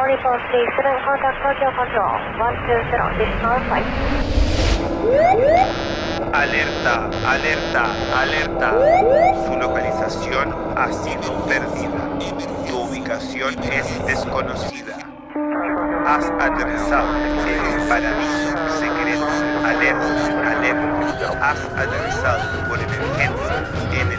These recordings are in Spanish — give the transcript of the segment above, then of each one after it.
4437 contact Tokyo Control 120, this is our flight. Alerta, alerta, alerta. Su localización ha sido perdida. Tu ubicación es desconocida. Has aterrizado en el paraíso secreto. Alerta, alerta. Has aterrizado por emergencia en el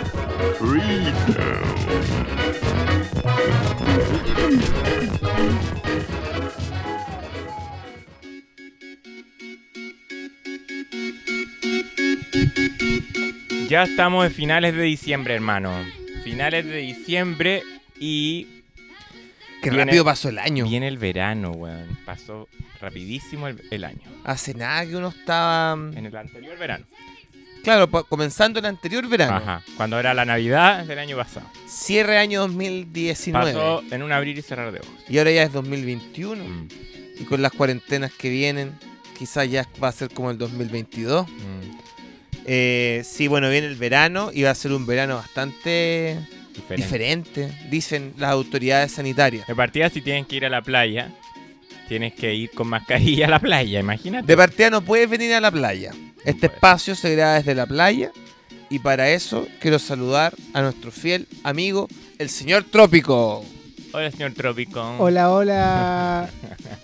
the freedom. Ya estamos en finales de diciembre, hermano. Finales de diciembre y Qué Viene- rápido pasó el año. viene el verano, weón. Pasó rapidísimo el, el año. Hace nada que uno estaba. En el anterior verano. Claro, pa- comenzando el anterior verano. Ajá. Cuando era la Navidad del año pasado. Cierre año 2019. Pasó en un abrir y cerrar de ojos. Y ahora ya es 2021. Mm, Y con las cuarentenas que vienen, quizás ya va a ser como el 2022. mm. Eh, sí, bueno, viene el verano y va a ser un verano bastante Diferente. diferente, dicen las autoridades sanitarias. De partida, si tienes que ir a la playa, tienes que ir con mascarilla a la playa, imagínate. De partida no puedes venir a la playa. Este puedes. espacio se graba desde la playa. Y para eso quiero saludar a nuestro fiel amigo, el señor Trópico. Hola, señor Trópico. Hola, hola,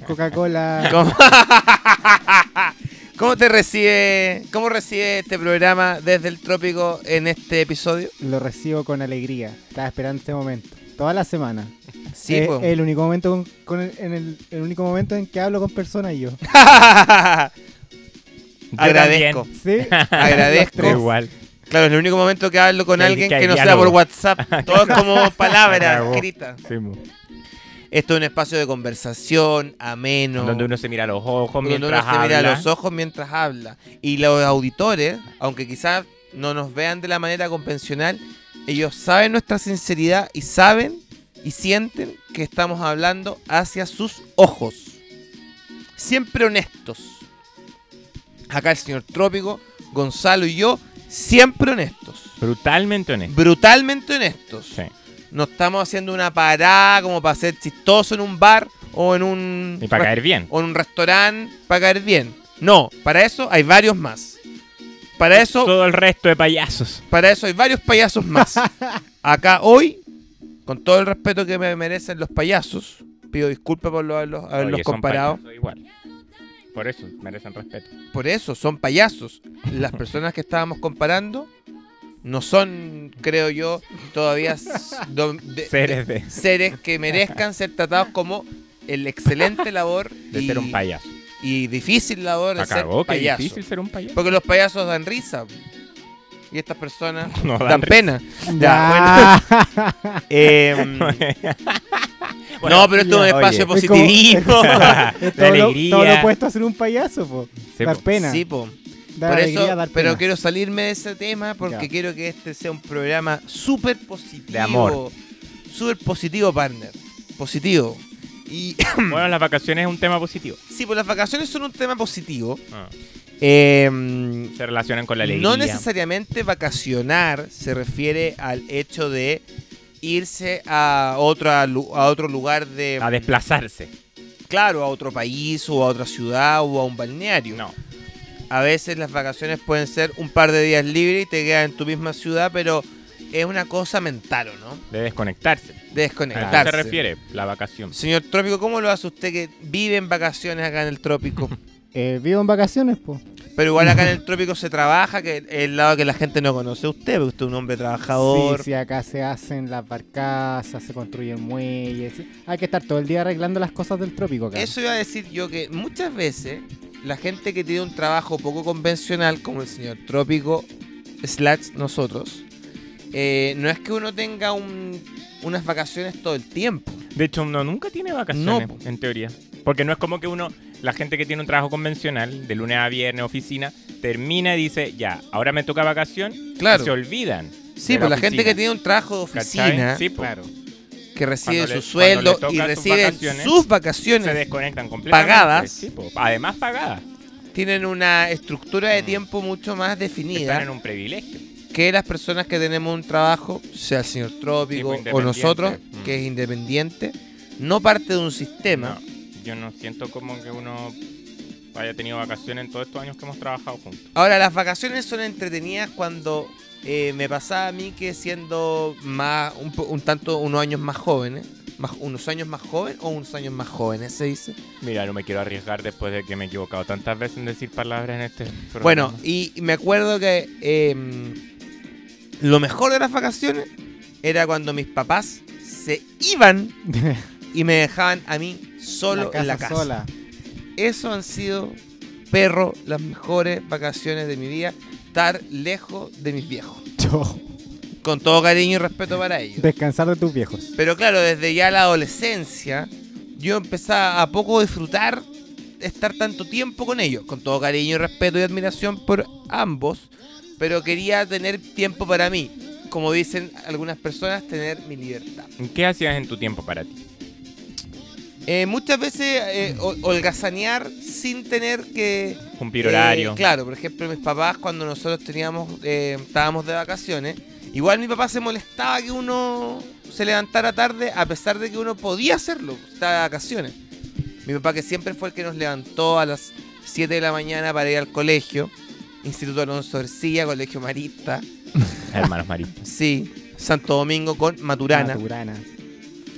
Coca-Cola. ¿Cómo, ¿Cómo te recibe? ¿Cómo recibe este programa desde el Trópico en este episodio? Lo recibo con alegría. Estaba esperando este momento. Toda la semana. Sí, pues. es po. el único momento con- con el- en el, el único momento en que hablo con personas y yo. Yo agradezco. también. Sí. Agradezco. Da igual. Claro, es el único momento que hablo con Que hay- alguien que hay que no sea diálogo. por WhatsApp. Todo es como palabras Cagó. escritas. Sí, mu. Esto es un espacio de conversación, ameno. Donde uno se mira a los ojos donde mientras uno se mira a habla. los ojos mientras habla. Y los auditores, aunque quizás no nos vean de la manera convencional, ellos saben nuestra sinceridad y saben y sienten que estamos hablando hacia sus ojos. Siempre honestos. Acá el señor Trópico, Gonzalo y yo, siempre honestos. Brutalmente honesto. Brutalmente honestos. Sí. No estamos haciendo una parada como para ser chistoso en un bar o en un Y para caer bien. o en un restaurante para caer bien. No, para eso hay varios más. Para eso, Todo el resto de payasos. para eso hay varios payasos más. Acá hoy, con todo el respeto que me merecen los payasos, pido disculpas por lo- los- haberlos Oye, son comparado. payasos Igual. Por eso merecen respeto. Por eso, son payasos. Las personas que estábamos comparando no son, creo yo, todavía s- do- Eh, de- Seres de, seres que merezcan ser tratados como el excelente labor de ser un payaso. y difícil labor de La cagó, ser qué payaso. difícil ser un payaso. Porque los payasos dan risa. Y estas personas No dan, risa. pena. Ya. Em, Bueno, no, pero esto es un oye, espacio Es como- positivismo. Es de todo, lo, alegría. todo lo opuesto a ser un payaso, po. Sí, pues, dar po. pena. Sí, po. dar Por alegría, eso, dar pero pena. quiero salirme de ese tema porque Ya. quiero que este sea un programa súper positivo. De amor. Súper positivo, partner. Positivo. Y Bueno, las vacaciones es un tema positivo. sí, pues las vacaciones son un tema positivo. Ah. Em, Se relacionan con la alegría. No necesariamente vacacionar se refiere al hecho de irse a otro, a otro lugar de... A desplazarse. Claro, a otro país o a otra ciudad o a un balneario. No. A veces las vacaciones pueden ser un par de días libres y te quedas en tu misma ciudad, pero es una cosa mental, ¿o ¿no? De desconectarse. De ¿A desconectarse. qué se refiere la vacación? Señor Trópico, ¿cómo lo hace usted que vive en vacaciones acá en el Trópico? Eh, vivo en vacaciones, po. Pero igual acá en el Trópico se trabaja, que es el lado que la gente no conoce a usted, porque usted es un hombre trabajador. Sí, sí, acá se hacen las barcazas, se construyen muelles. Hay que estar todo el día arreglando las cosas del trópico acá. Eso iba a decir yo que muchas veces la gente que tiene un trabajo poco convencional, como el señor Trópico slash nosotros, eh, no es que uno tenga un- unas vacaciones todo el tiempo. De hecho, uno nunca tiene vacaciones, No. en teoría. Porque no es como que uno, la gente que tiene un trabajo convencional, de lunes a viernes, oficina, termina y dice, ya, ahora me toca vacación, y Claro. se olvidan. Sí, de pues la oficina, gente que tiene un trabajo de ¿cachai? oficina, Sí, pues, que recibe Cuando le- su cuando le sueldo toca y sus recibe vacaciones, sus se vacaciones, desconectan completamente. pagadas. sí, pues, además pagadas. tienen una estructura de Mm. tiempo mucho más Están en definida un privilegio. que las personas que tenemos un trabajo, sea el señor Trópico Tipo o nosotros, independiente. Mm. que es independiente, no parte de un sistema. No, yo no siento como que uno haya tenido vacaciones en todos estos años que hemos trabajado juntos. Ahora, las vacaciones son entretenidas cuando eh, me pasaba a mí que siendo más un, po- un tanto unos años más jóvenes, más, unos años más jóvenes o unos años más jóvenes, se dice. Mira, no me quiero arriesgar después de que me he equivocado tantas veces en decir palabras en este programa. Bueno, y y me acuerdo que em, lo mejor de las vacaciones era cuando mis papás se iban y me dejaban a mí solo en la casa. sola. Eso han sido, perro, las mejores vacaciones de mi vida. Estar lejos de mis viejos. Yo, Con todo cariño y respeto para ellos. descansar de tus viejos. Pero claro, desde ya la adolescencia, yo empezaba a poco disfrutar estar tanto tiempo con ellos, con todo cariño, respeto y admiración por ambos, pero quería tener tiempo para mí. Como dicen algunas personas, tener mi libertad. ¿qué hacías en tu tiempo para ti? Eh, muchas veces eh, hol- holgazanear sin tener que... Cumplir eh, horario. claro, por ejemplo, mis papás cuando nosotros teníamos eh, estábamos de vacaciones, igual mi papá se molestaba que uno se levantara tarde a pesar de que uno podía hacerlo, estaba de vacaciones. Mi papá que siempre fue el que nos levantó a las 7 de la mañana para ir al colegio, Instituto Alonso Ercilla, Colegio Marista, Hermanos Maristas. sí, Santo Domingo con Maturana, Maturana.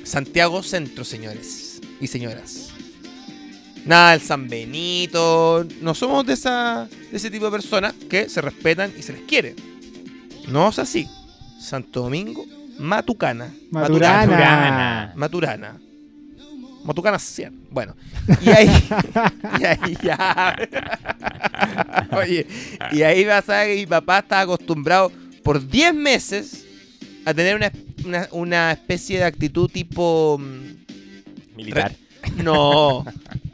Santiago Centro, señores y señoras. Nada, el San Benito. No somos de, esa, de ese tipo de personas que se respetan y se les quiere. No es así. Santo Domingo, Matucana. Maturana. Maturana. Maturana. Matucana 100. Bueno. Y ahí. y ahí ya. Oye. Y ahí pasaba que mi papá estaba acostumbrado por 10 meses a tener una, una- una especie de actitud tipo. mm, Militar. no.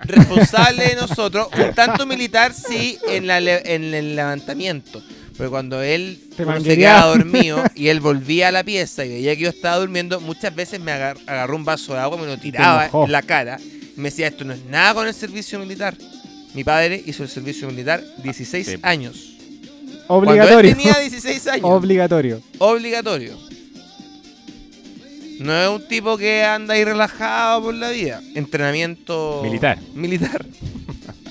Responsable de nosotros, un tanto militar, sí, en, la le- en el levantamiento. Pero cuando él Te uno se manguereaba. quedaba dormido y él volvía a la pieza y veía que yo estaba durmiendo, muchas veces me agar- agarró un vaso de agua, me lo tiraba enojó. en la cara. y me decía, esto no es nada con el servicio militar. Mi padre hizo el servicio militar 16 Sí. años. Cuando Obligatorio. él tenía 16 años Obligatorio. obligatorio. No es un tipo que anda ahí relajado por la vida. Entrenamiento Militar. Militar.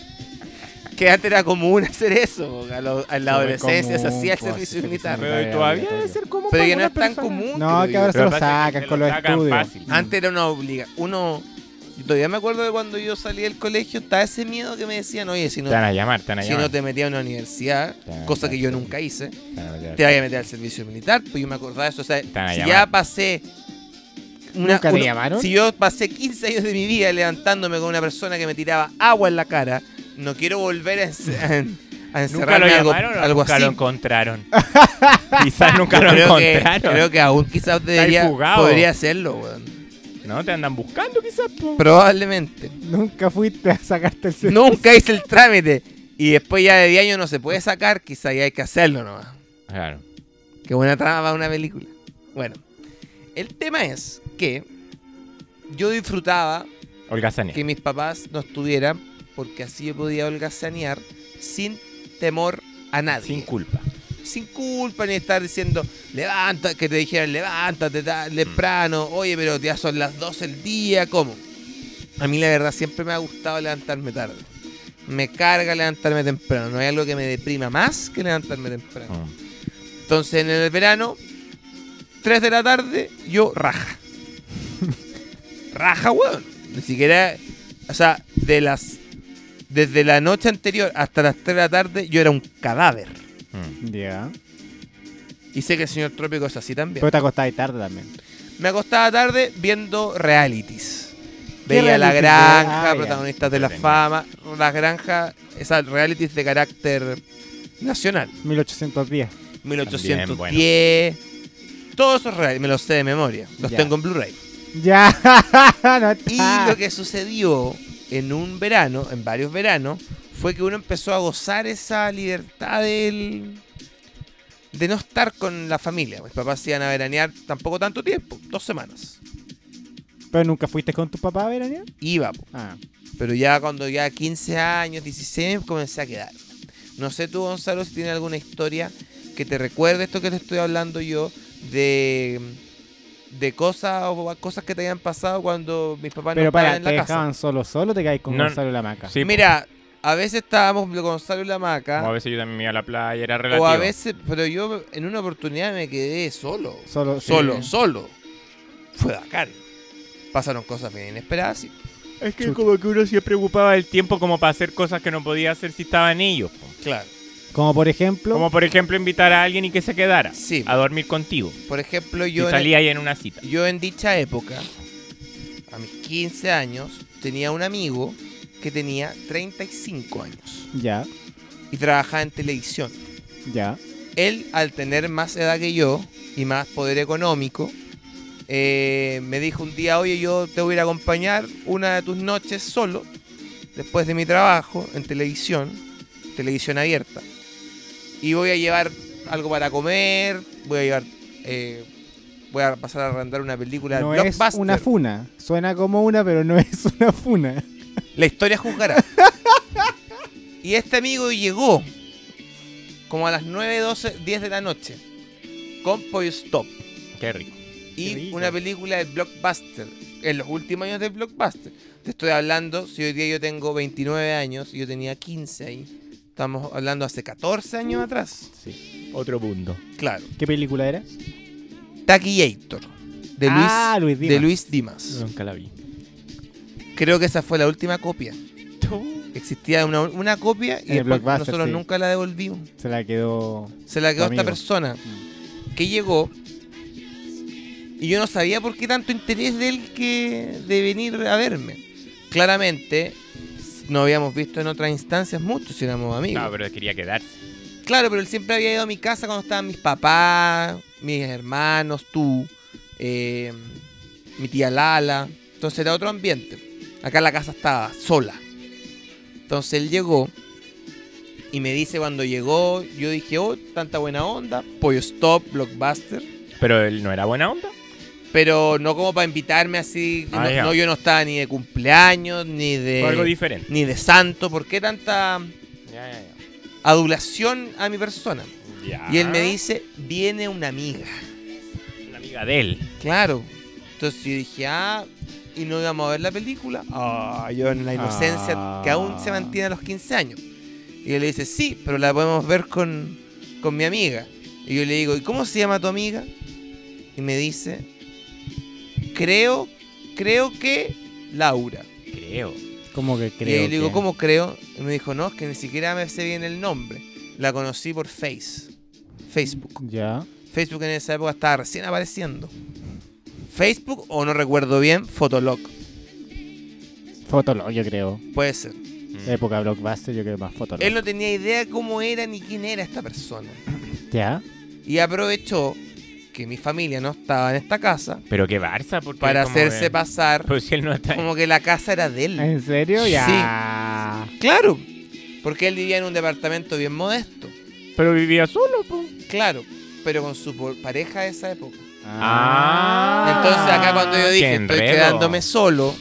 que antes era común hacer eso. A lo- en la Súper adolescencia se común, hacía el pues, servicio sí, sí, militar. sí, sí. Pero todavía debe ser como Pero ya no es tan común. No, creo que yo. ahora se Pero lo pasa que sacan se con lo los sacan estudios. fácil. Antes era una obliga. Uno. yo todavía me acuerdo de cuando yo salí del colegio, estaba ese miedo que me decían, oye, si Te no, van a llamar, te van a si no llamar. te metías a una universidad, Ya, cosa ya, que yo sí. nunca hice. te van a meter. te vaya a meter al servicio militar. Pues yo me acordaba de eso. O sea, si van a ya llamar. pasé. una- ¿Nunca te llamaron? Si yo pasé 15 años de mi vida levantándome con una persona que me tiraba agua en la cara, no quiero volver a, ence- a ¿Nunca encerrarme lo en algo, llamaron o algo nunca así. lo encontraron? Quizás nunca lo creo, que, encontraron. creo que aún quizás debería, fugado. podría hacerlo, weón. No, te andan buscando quizás. po. Probablemente. Nunca fuiste a sacarte el servicio. Nunca hice el trámite. Y después ya de 10 años no se puede sacar, quizás ya hay que hacerlo nomás. Claro. Qué buena trama para una película. Bueno, el tema es que yo disfrutaba Holgazanear. que mis papás no estuvieran porque así yo podía holgazanear sin temor a nadie. Sin culpa. Sin culpa ni estar diciendo, levanta, que te dijeran, levántate ta- temprano, oye, pero ya son las 12 del día, ¿cómo? A mí la verdad siempre me ha gustado levantarme tarde. Me carga levantarme temprano. No hay algo que me deprima más que levantarme temprano. Mm. Entonces en el verano, 3 de la tarde, yo raja. raja, weón. Ni siquiera. O sea, de las. Desde la noche anterior hasta las 3 de la tarde, yo era un cadáver. Mm. Ya. Y sé que el señor Trópico es así también. Pero te acostabas tarde también. Me acostaba tarde viendo realities. ¿Qué Veía La realities? Granja, Ah, ya. protagonistas de la Entretenido. fama. La Granja, esas realities de carácter nacional. 1810. 1810. También, Todos esos reales, me los sé de memoria. Los Ya. tengo en Blu-ray. Ya. no Y está. lo que sucedió en un verano, en varios veranos, fue que uno empezó a gozar esa libertad del, de no estar con la familia. Mis papás se iban a veranear tampoco tanto tiempo, dos semanas. Pero nunca fuiste con tu papá a veranear. Iba, po. Ah, pero ya cuando ya 15 años, 16 comencé a quedar. No sé tú, Gonzalo, si tienes alguna historia que te recuerde esto que te estoy hablando yo de, de cosas o cosas que te hayan pasado cuando mis papás no pero estaban para, en te la casa. dejaban solo, solo te caes con No, Gonzalo en la maca. Sí, Mira, a veces estábamos con Gonzalo y la po. O a maca, veces yo también me iba a la playa, era o relativo. a veces, pero yo en una oportunidad me quedé solo. Solo, sí. Solo, solo. Fue bacán. Pasaron cosas bien inesperadas. sí. Es que Chuta. como que uno siempre ocupaba el tiempo como para hacer cosas que no podía hacer si estaban ellos. po. Claro. Como por ejemplo, Como por ejemplo invitar a alguien y que se quedara Sí. a dormir contigo. Por ejemplo, Yo yo si en- salía ahí en una cita. Yo en dicha época, a mis 15 años, tenía un amigo que tenía 35 años ya, y trabajaba en televisión. ya. Él, al tener más edad que yo y más poder económico, eh, me dijo un día, oye, yo te voy a ir a acompañar una de tus noches solo, después de mi trabajo en televisión, televisión abierta. Y voy a llevar algo para comer, voy a llevar... eh, voy a pasar a arrendar una película de No es Blockbuster. una funa. Suena como una, pero no es una funa. La historia juzgará. y este amigo llegó como a las 9, 12, 10 de la noche con Stop Qué rico. y Qué rico. una película de Blockbuster. En los últimos años de Blockbuster. Te estoy hablando, si hoy día yo tengo 29 años y yo tenía 15 ahí. Estamos hablando hace 14 años atrás. Otro mundo. Claro. ¿Qué película era? Taquillator. De Luis, Ah, Luis Dimas. Ah. de Luis Dimas. Nunca la vi. Creo que esa fue la última copia. Existía una, una copia y En el después Blockbuster, nosotros sí. nunca la devolvimos. Se la quedó. Se la quedó Tu esta amigo. persona que llegó. Y yo no sabía por qué tanto interés de él que de venir a verme. Claramente, no habíamos visto en otras instancias mucho si éramos amigos. No, pero quería quedarse. Claro, pero él siempre había ido a mi casa cuando estaban mis papás, mis hermanos, tú, eh, mi tía Lala. Entonces era otro ambiente. Acá la casa estaba sola. Entonces él llegó y me dice cuando llegó, yo dije, oh, tanta buena onda, pollo stop, blockbuster. Pero él no era buena onda. Pero no como para invitarme así. Ah, no, ya. no, yo no estaba ni de cumpleaños, ni Fue algo de, diferente. ni de santo. ¿Por qué tanta Ya, ya, ya. adulación a mi persona? Ya. Y él Ah. me dice, viene una amiga. Una amiga de él. Claro. Entonces yo dije, ah, y no íbamos a ver la película. Ah, yo en la inocencia Ah. que aún se mantiene a los 15 años. Y él le dice, sí, pero la podemos ver con, con mi amiga. Y yo le digo, ¿y cómo se llama tu amiga? Y me dice, creo, creo que Laura. Creo. Como que y creo. yo le Eh, digo, que- ¿cómo creo? Y me dijo, no, es que ni siquiera me sé bien el nombre. La conocí por Face, Facebook. Ya. Facebook en esa época estaba recién apareciendo. Facebook o no recuerdo bien, Fotolog, Fotolog, yo creo. puede ser. Mm. Época blockbuster, yo creo más Fotolog. Él no tenía idea cómo era ni quién era esta persona. Ya. Y aprovechó que mi familia no estaba en esta casa Pero qué Barça. Porque para como hacerse de- pasar Pero Pues si él no está. como que la casa era de él. ¿En serio? Sí. Ya. Claro, porque él vivía en un departamento bien modesto. Pero vivía solo, po. Claro, pero con su po- pareja de esa época. Ah. Entonces acá cuando yo qué dije estoy enredo". quedándome solo,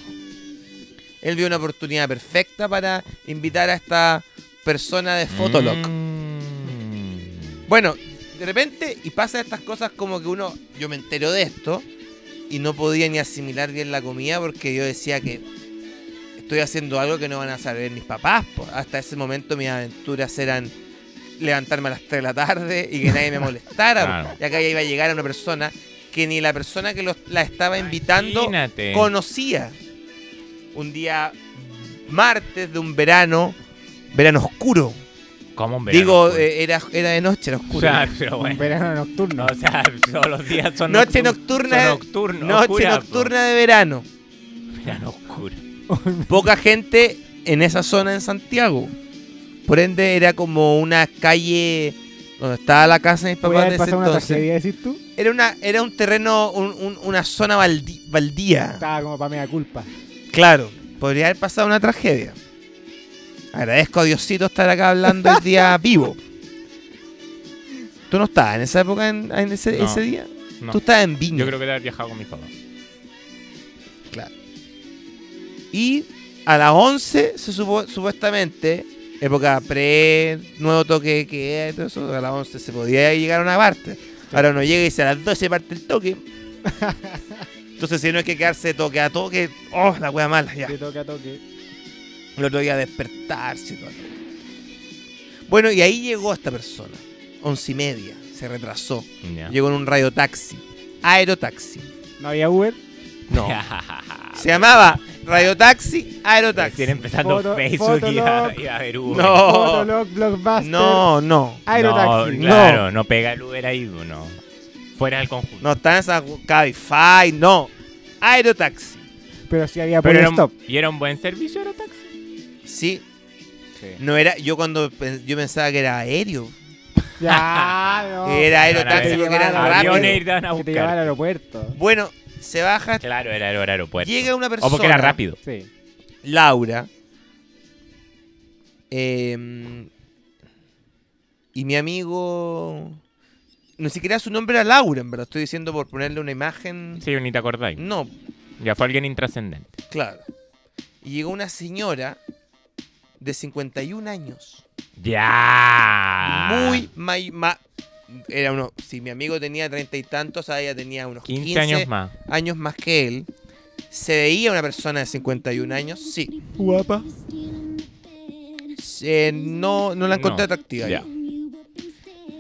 él vio una oportunidad perfecta para invitar a esta persona de Fotolog. Mm. Bueno, de repente, y pasa estas cosas como que uno, yo me entero de esto y no podía ni asimilar bien la comida porque yo decía que estoy haciendo algo que no van a saber mis papás. po. Hasta ese momento mis aventuras eran levantarme a las 3 de la tarde y que nadie me molestara. Claro. Y acá ya iba a llegar a una persona que ni la persona que los- la estaba invitando Imagínate. conocía. Un día martes de un verano, verano oscuro. Como un verano Digo, oscuro. eh, era, era de noche, era oscuro. O sea, pero Un bueno. verano nocturno. O sea, todos los días son Noche noctur- nocturna son de- nocturno, Noche oscura, po. nocturna de verano. Verano oscuro. Poca gente en esa zona en Santiago. Por ende, era como una calle donde estaba la casa de mis ¿Puede papás de haber ese pasado una entonces. tragedia, decís tú? Era, una, era un terreno, un- un- una zona baldi- baldía. Estaba como para media culpa. Claro. podría haber pasado una tragedia. Agradezco a Diosito estar acá hablando el día vivo. ¿Tú no estabas en esa época, en, en ese, No, ese día? no. Tú estabas en Viña. Yo creo que debe haber viajado con mis papás. Y a las 11, se supo- supuestamente, época pre, nuevo toque de queda y todo eso, a las 11 se podía llegar a una parte. Ahora uno llega y dice a las 12 parte el toque. Entonces, si no hay que quedarse de toque a toque, oh, la wea mala ya. De toque a toque. El otro día despertarse y todo. Bueno, y ahí llegó esta persona. Once y media. Se retrasó. Ya. Llegó en un radiotaxi. Aerotaxi. ¿No había Uber? No. Se llamaba Radiotaxi Recién Aerotaxi. empezando Foto- Facebook y, a, Fotolog. y a ver Uber. No. Fotolog, Blockbuster. Oh. No, no. Aerotaxi. No, claro, no. pega el Uber ahí, no. Fuera del conjunto. No está en esa Cabify, no. Aerotaxi. Pero sí había Pero era un- Stop. ¿Y era un buen servicio Aerotaxi? Sí. Sí. No era. Yo cuando pen- yo pensaba que era aéreo. Ya, no. Era Que aerotaxi te porque era llevara a- rápido. Aviones iban a Que te llevaba al buscar. aeropuerto. Bueno, se baja. Claro, era el aeropuerto. Llega una O porque era persona. rápido. Sí. Laura eh, y mi amigo no siquiera su nombre era Laura en verdad estoy diciendo por ponerle una imagen Sí, ni te acordáis. no Ya fue alguien intrascendente. claro y llegó una señora de 51 años Ya. muy may- ma- era uno si mi amigo tenía treinta y tantos ah, ella tenía unos 15, 15, años más. años más que él se veía una persona de 51 años sí Guapa. Eh, no no la encontré No, atractiva ya. yo.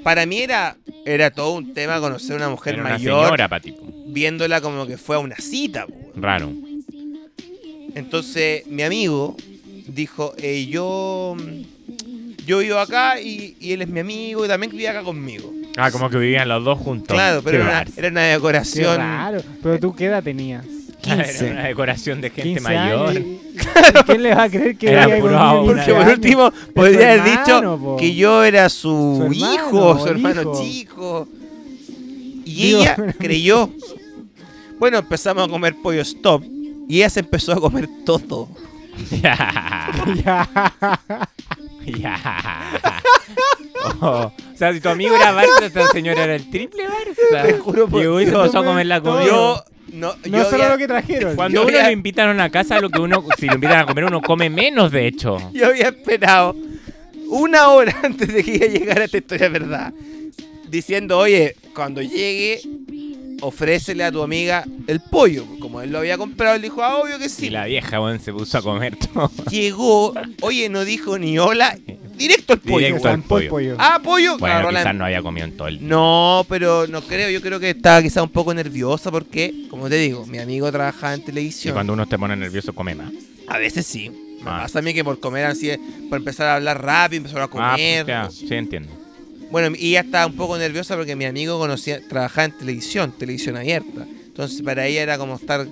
Para mí era, era todo un tema conocer a una mujer Era una mayor señora, pa' tipo. viéndola como que fue a una cita. po. Raro. Entonces mi amigo dijo, eh, yo, mm, yo vivo acá y, y él es mi amigo y también vive acá conmigo. Ah, como que vivían los dos juntos. Claro, pero Qué era una, barça. era una Qué decoración. raro. Pero tú qué edad tenías? Claro, era una decoración de gente 15 mayor. años. ¿Quién le va a creer que Era vivía puro con ahorro. 15 Porque por años? último su podría haber dicho hermano, po. que yo era su, Su hermano, hijo, su el hermano hijo. chico. Y Digo, ella creyó. Bueno, empezamos a comer pollo stop y ella se empezó a comer todo. Ya. Ya. Ya. Oh, O sea, si tu amigo era Barça, esta señora era el triple Barça. Te juro por Y hoy se Dios. pasó a comer la comida. Yo no, yo No solo había, lo que trajeron. Cuando Yo uno ya- lo invitan a una casa, lo que uno, si lo invitan a comer, uno come menos, de hecho. yo había esperado una hora antes de que ella llegara esta historia, ¿verdad? Diciendo, oye, cuando llegue, ofrécele a tu amiga el pollo. Como él lo había comprado, él dijo, ah, obvio que sí. Y la vieja, weón, se puso a comer todo. llegó, oye, no dijo ni hola, directo al pollo. Directo weón. al pollo. Ah, pollo. Bueno, Agarró la- quizás no había comido en todo el No, pero no creo, yo creo que estaba quizá un poco nerviosa porque, como te digo, mi amigo trabajaba en Y televisión. cuando uno te pone nervioso, come más. A veces sí. Me Ah. pasa a mí que por comer así, por empezar a hablar rápido, empezar a Ah, comer. ya, sí, entiendo. Bueno, y ella estaba un poco nerviosa porque mi amigo conocía, trabajaba en televisión, televisión abierta. Entonces para ella era como estar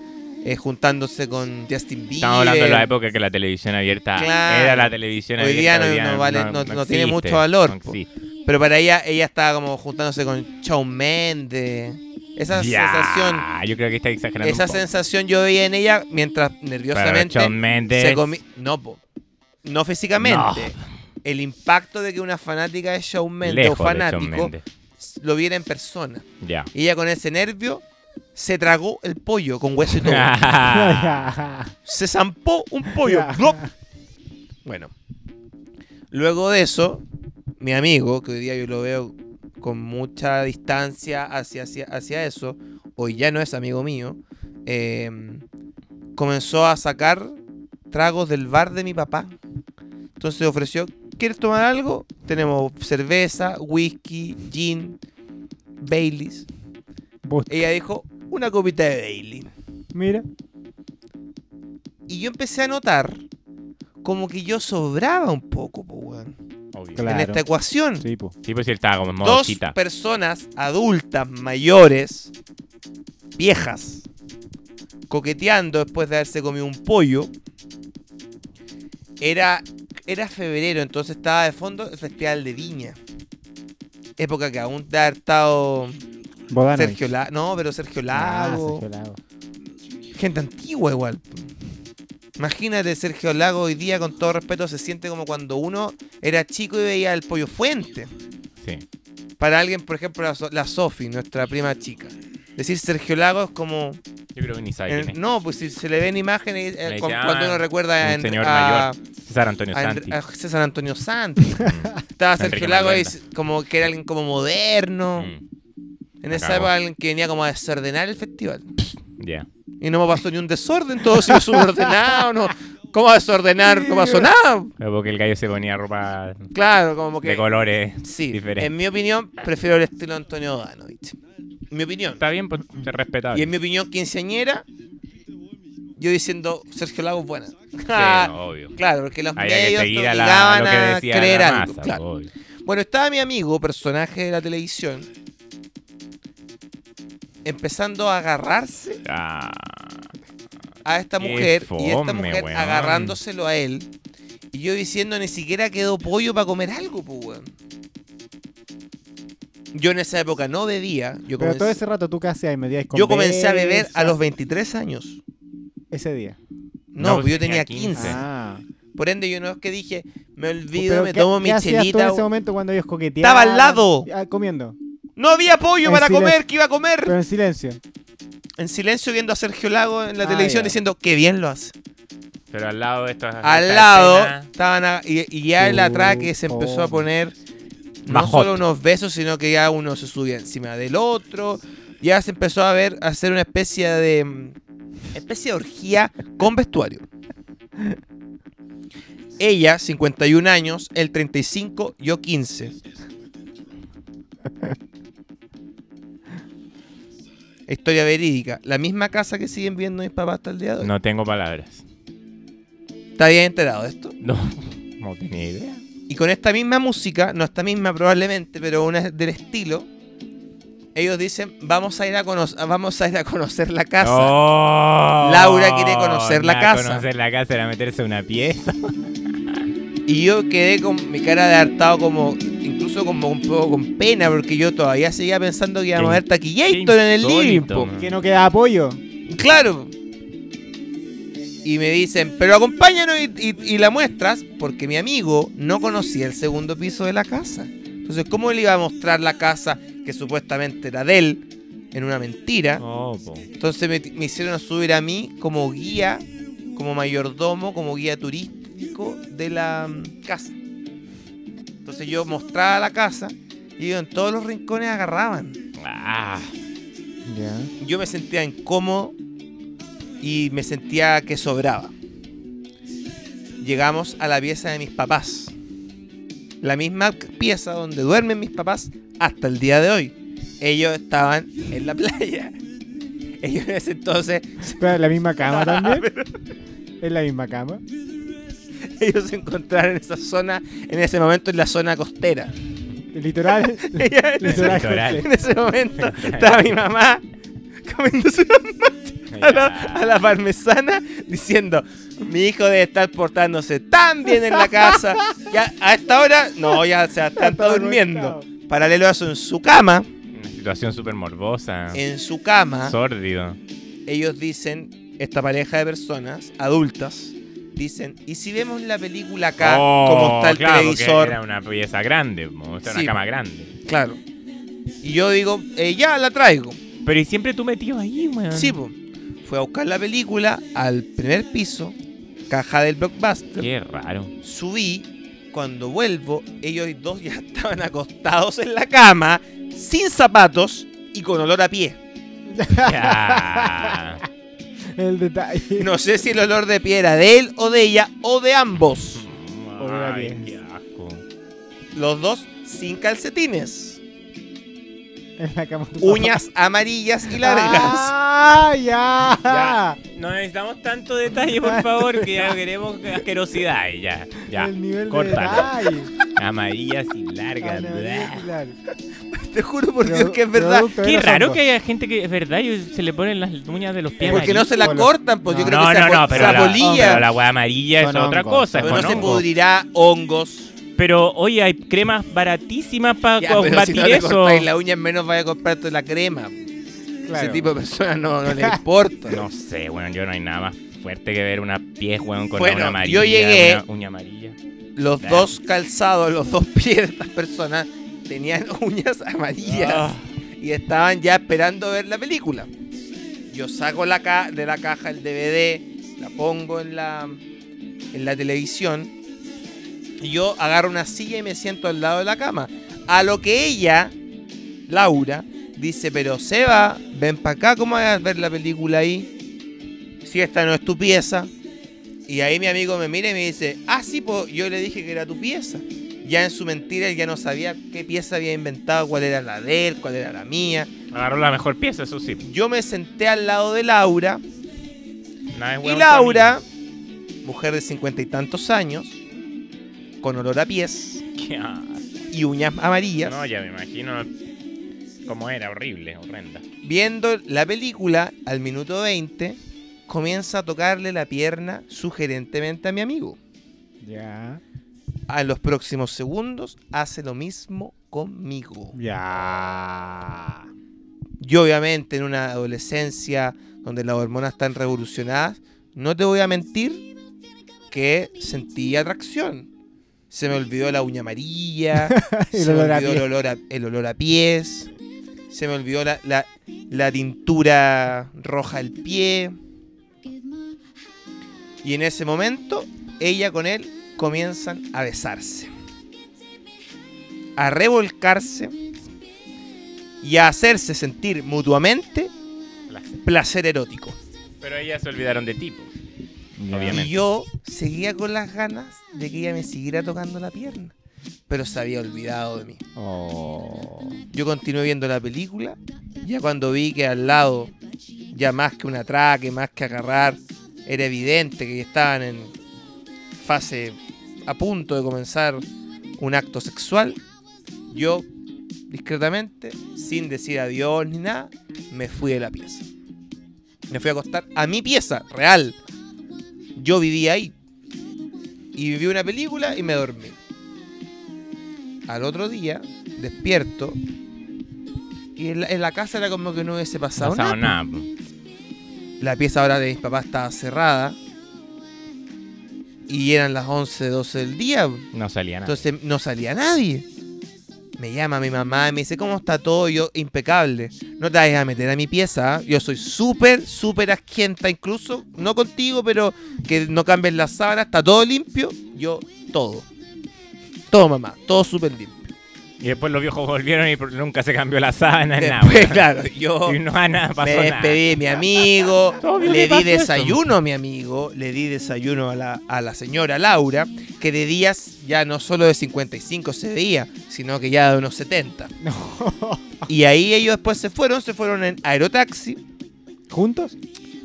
eh, juntándose con Justin Bieber. Estamos hablando de la época que la televisión abierta eh, Claro. era la televisión Hoy abierta. día no- no vale- no- no tiene mucho valor, no po. existe. Pero para ella, ella estaba como juntándose con Shawn Mendes. Esa Ya, sensación, Yo creo que está exagerando. esa sensación yo veía en ella mientras nerviosamente Shawn Mendes- se comi- No, po. no físicamente. El impacto de que una fanática de Shawn Mendes o Lejos de Shawn fanático Mendes. lo viera en persona. Ya. Y ella con ese nervio se tragó el pollo con hueso y todo. Ya. se zampó un pollo. Ya. ¡Glop! Bueno, luego de eso, mi amigo, que hoy día yo lo veo con mucha distancia hacia, hacia, hacia eso, hoy ya no es amigo mío, eh, comenzó a sacar tragos del bar de mi papá. Entonces ofreció, ¿quieres tomar algo? Tenemos cerveza, whisky, gin, Baileys. Bus- Ella dijo, una copita de Bailey. Mira. Y yo empecé a notar como que yo sobraba un poco, po, weón, Obvio. Claro. en esta ecuación. Sí, po. Sí, pues si él estaba como en modo Dos chita. personas adultas, mayores, viejas, coqueteando después de haberse comido un pollo. Era, era febrero, entonces estaba de fondo el Festival de Viña. Época que aún te ha estado Bodano. Sergio Lago. No, pero Sergio Ah, Lago. Sergio Lago. Gente antigua igual. Imagínate, Sergio Lago hoy día, con todo respeto, se siente como cuando uno era chico y veía el pollo fuente. Sí. Para alguien, por ejemplo, la, So- la Sofi, nuestra prima chica. Decir Sergio Lago es como. Yo creo que ni sabe eh, quién es. no, pues si se le ven imágenes, eh, Le con- llaman cuando uno recuerda a, End- un señor a- mayor. César Antonio a Santi. End- a César Antonio Santi. Estaba Enrique Sergio Lago ahí, Manuel. como que era alguien como moderno. Mm, En la esa cagó. época, alguien que venía como a desordenar el festival. Ya. Y no me pasó ni un desorden, todo ha sido subordenado. No. ¿Cómo va a desordenar? No pasó nada. Pero Porque el gallo se ponía ropa Claro, como que. de colores Sí, diferentes. en mi opinión, prefiero el estilo de Antonio Danovich. Mi opinión. Está bien, pues es respetable. Y en mi opinión, quinceañera, yo diciendo Sergio Lago es buena. Sí, no, obvio. claro, porque los Había que medios seguir te a la, obligaban lo que a, decía creer la algo. masa, claro. obvio. Bueno, estaba mi amigo, personaje de la televisión, empezando a agarrarse Ah, a esta Qué mujer y esta fome, mujer weón. agarrándoselo a él. Y yo diciendo, ni siquiera quedó pollo para comer algo, pues, weón. Yo en esa época no bebía. Yo Pero todo comencé- ese rato tú qué hacías y medías con Yo comencé a beber Benza a los 23 años. Ese día. No, No, pues yo tenía tenía 15. 15. Ah. Por ende, yo no es que dije, me olvido, Pero me ¿qué- tomo qué mi hacías tú en chelita. ese momento cuando ellos coqueteaban? Estaba al lado. Ah, comiendo, No había pollo En para silencio. comer, que iba a comer. pero en silencio. En silencio viendo a Sergio Lago en la Ah, televisión ya. diciendo, qué bien lo hace. pero al lado de estas. al esta lado escena, estaban, a- y, y ya el Uh, atraque se empezó a oh. poner no Más solo hot. unos besos, sino que ya uno se subía encima del otro. Ya se empezó a ver, a hacer una especie de. mm, especie de orgía con vestuario. Ella, 51 años, él 35, yo 15. Historia verídica. La misma casa que siguen viendo mis papás hasta el día de hoy. No tengo palabras. ¿Está bien enterado de esto? No, no tenía idea. Y con esta misma música, no esta misma probablemente, pero una del estilo, ellos dicen, vamos a ir a, cono- vamos a, ir a conocer la casa. ¡Oh! Laura quiere conocer la Nah, casa. Conocer la casa era meterse a una pieza. Y yo quedé con mi cara de hartado como, incluso como un poco con pena, porque yo todavía seguía pensando que íbamos a ver taquillator en el living. insólito, po. man. Que no queda apoyo. Claro. Y me dicen, pero acompáñanos y, y- y la muestras, porque mi amigo no conocía el segundo piso de la casa. Entonces, ¿cómo él iba a mostrar la casa que supuestamente era de él en una mentira? No, Oh, po. Entonces me, me hicieron subir a mí como guía, como mayordomo, como guía turístico de la mm, casa. Entonces yo mostraba la casa y ellos en todos los rincones agarraban Ah, Ya. yo me sentía incómodo y me sentía que sobraba. Llegamos a la pieza de mis papás. La misma pieza donde duermen mis papás hasta el día de hoy. Ellos estaban en la playa. Ellos en ese entonces, Pero en la misma cama ¿Ah, también. En la misma cama. ellos se encontraron en esa zona, en ese momento en la zona costera. El litoral. Ellos en ese- litoral. litoral. completo. en ese momento estaba mi mamá comiéndose una a la, a la parmesana diciendo, mi hijo debe estar portándose tan bien en la casa. Ya a esta hora, no, ya se está, todo durmiendo. conectado. Paralelo a eso, en su cama, Una situación súper morbosa. en su cama, Sórdido. ellos dicen, esta pareja de personas adultas, dicen, ¿y si vemos la película acá, Oh, como está el claro, porque televisor? Era una pieza grande, po. Esta era Sí. una cama grande. Claro. Y yo digo, "Eh, ya la traigo. Pero y siempre tú metido ahí, weón. Sí, po. fue a buscar la película al primer piso, caja del blockbuster. Qué raro. Subí, cuando vuelvo, ellos dos ya estaban acostados en la cama, sin zapatos y con olor a pie. Ya. El detalle. No sé si el olor de pie era de él o de ella o de ambos. Hola, Ay, bien. qué asco. Los dos sin calcetines, En la cama. de tu uñas amarillas y papá. largas. ¡Ah, ya! No necesitamos tanto detalle, por favor, que ya queremos asquerosidad. Ya, ya. El nivel Córtalo. de detalle. Ah, Amarillas y largas. Ana bla. María Pilar. Te juro por Dios Produ- que es verdad. producto de Qué los raro hongos. que haya gente que es verdad y se le ponen las uñas de los pies. Porque no se la Hola. cortan, pues yo No, creo que no, se, no, apo- no, se pero la, apolilla. pero la hueá amarilla es Son otra hongos, cosa. es Pero con no se hongo. pudrirá hongos. Pero oye, hay cremas baratísimas para Ya, pero si combatir no le eso. cortáis la uña, menos vaya a comprarte la crema. Claro. Ese tipo de personas no, no les importa. No sé, bueno, yo no hay nada más fuerte que ver una pies, weón, con Bueno, una amarilla. yo llegué- Una uña amarilla. Los Nah. dos calzados, los dos pies de estas personas tenían uñas amarillas Ah. y estaban ya esperando ver la película. Yo saco la ca- de la caja el DVD, la pongo en la, en la televisión y yo agarro una silla y me siento al lado de la cama. A lo que ella, Laura, dice, pero Seba, ven para acá, ¿cómo vas a ver la película ahí? Si esta no es tu pieza. Y ahí mi amigo me mira y me dice, ah, sí, po, yo le dije que era tu pieza. Ya en su mentira él ya no sabía qué pieza había inventado, cuál era la de él, cuál era la mía. Agarró la mejor pieza, eso sí. Yo me senté al lado de Laura Nada es y weón, Laura, mujer de cincuenta y tantos años, con olor a pies amigo. Qué asco. y uñas amarillas, No, ya me imagino cómo era, horrible, horrenda. viendo la película al minuto 20, comienza a tocarle la pierna sugerentemente a mi amigo. Ya. A los próximos segundos hace lo mismo conmigo. Ya. Yo obviamente en una adolescencia donde las hormonas están revolucionadas, no te voy a mentir que sentí atracción. Se me olvidó la uña amarilla, El se me olor a olvidó el pie. olor a, el olor a pies, se me olvidó la, la- la tintura roja al pie. Y en ese momento, ella con él comienzan a besarse, a revolcarse y a hacerse sentir mutuamente placer erótico. Pero ellas se olvidaron de tipo. Obviamente. Y yo seguía con las ganas de que ella me siguiera tocando la pierna, pero se había olvidado de mí. Oh. Yo continué viendo la película, ya cuando vi que al lado, ya más que un atraque, más que agarrar, era evidente que estaban en fase a punto de comenzar un acto sexual, yo discretamente, sin decir adiós ni nada, me fui de la pieza. Me fui a acostar a mi pieza, real. Yo vivía ahí. Y viví una película y me dormí. Al otro día, despierto. Y en la, en la casa era como que no hubiese No pasado, pasaba nada. nada. po. La pieza ahora de mis papás estaba cerrada. Y eran las 11, 12 del día. No salía nada. Entonces no salía nadie. Me llama mi mamá y me dice, ¿cómo está todo? Y Yo, impecable. No te vayas a meter a mi pieza. ¿ah? Yo soy súper, súper asquienta. Incluso, no contigo, pero que no cambies la sábana. Está todo limpio. Yo, todo. Todo, mamá. Todo súper limpio. y después los viejos volvieron y por- nunca se cambió la sábana, nada. Después, weón. claro, yo Y no a nada me pasó despedí de mi amigo. le Obvio que di pasa eso. desayuno a mi amigo. Le di desayuno a la, a la señora Laura. Que de días ya no solo de 55 se veía, sino que ya de unos 70. Y ahí ellos después se fueron, se fueron en aerotaxi, ¿Juntos?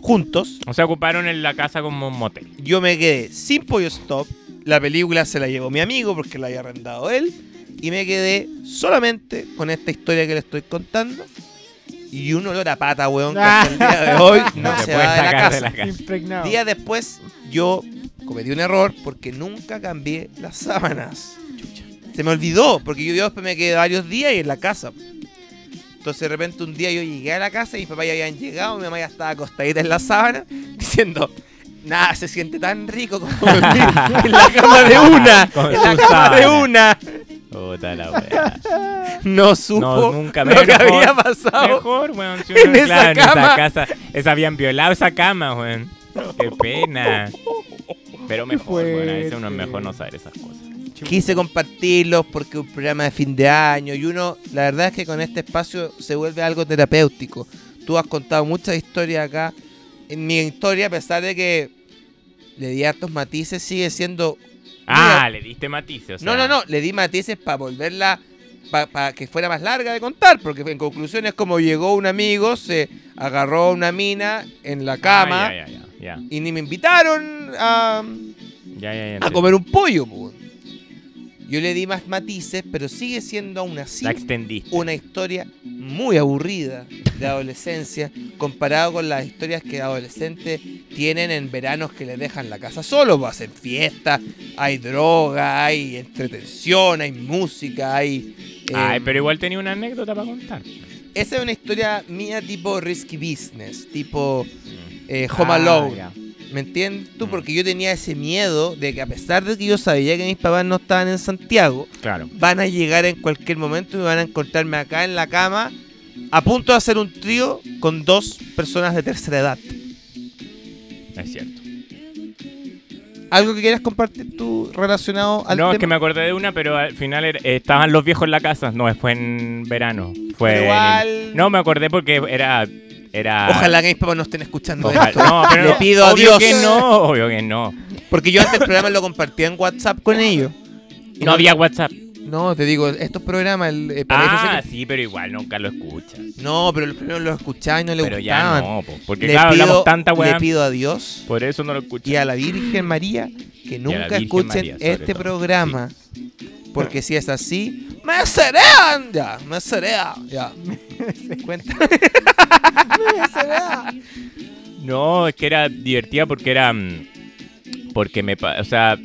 juntos. nada. O sea, ocuparon en la casa como un motel. Yo me quedé sin pollo stop. La película se la llevó mi amigo porque la había arrendado él. Y me quedé solamente con esta historia que le estoy contando. Y un olor a pata, weón, que hasta el día de hoy no, No, te se puedes va de la sacar casa. de la casa. Impregnado. Días después, yo cometí un error porque nunca cambié las sábanas. Se me olvidó, porque yo yo después me quedé varios días y en la casa. Entonces de repente un día yo llegué a la casa y mis papás ya habían llegado, mi mamá ya estaba acostadita en la sábana, diciendo, nada, se siente tan rico como dormir en la cama de una, Con en la su cama de sábana". una. Puta la wea. No supo No, nunca lo que mejor. había pasado. Mejor, weón. Si En uno- esa claro, cama. En esa casa. Esa habían violado esa cama, weón. Qué pena. Pero mejor, weón. A veces uno es fuerte. mejor no saber esas cosas. Quise compartirlos porque es un programa de fin de año y uno, la verdad es que con este espacio se vuelve algo terapéutico. Tú has contado muchas historias acá. En mi historia, a pesar de que le di hartos matices, sigue siendo... Ah, le diste matices. o no, sea. no, no, le di matices para volverla, para que fuera más larga de contar, porque en conclusión es como llegó un amigo, se agarró una mina en la cama Ah, ya, ya, ya, ya. y ni me invitaron a... Ya, ya, ya, a comer un pollo. po. Yo le di más matices, pero sigue siendo aún así La extendiste. una historia muy aburrida de adolescencia comparado con las historias que adolescentes tienen en veranos que les dejan la casa solo, pues, hacen fiestas, hay droga, hay entretención, hay música, hay... eh, Ay, pero igual tenía una anécdota para contar. Ah, Ah, Esa es una historia mía tipo risky business, tipo eh, home alone. ya. ¿Me entiendes tú? Mm. Porque yo tenía ese miedo de que a pesar de que yo sabía que mis papás no estaban en Santiago, Claro. van a llegar en cualquier momento y van a encontrarme acá en la cama a punto de hacer un trío con dos personas de tercera edad. Es cierto. ¿Algo que quieras compartir tú relacionado al no, es tema? que me acordé de una, pero al final era- estaban los viejos en la casa. No, fue en verano. Fue Pero en- igual- No, me acordé porque era... era... Ojalá que mis papás no estén escuchando Ojalá- esto. No, pero Le no, pido a Dios. obvio que no, obvio que no. Porque yo antes el programa lo compartía en WhatsApp Ah. con ellos. Y No había WhatsApp. No, te digo, estos programas. el- eh, para eso Ah, sé sí, pero igual nunca lo escuchas. que- No, pero los primeros los escuchaba y no le Pero ya gustaban. no, po, porque ah, Le claro, pido- hablamos tanta Le weá. pido a Dios Por eso no lo escuchas. y a la Virgen María que la nunca Virgen escuchen María, sobre este todo. programa. Porque si es así, me serean ya, me serean ya. Cuenta. me serean. No, es que era divertida porque era. mm, Porque me. pa- O sea,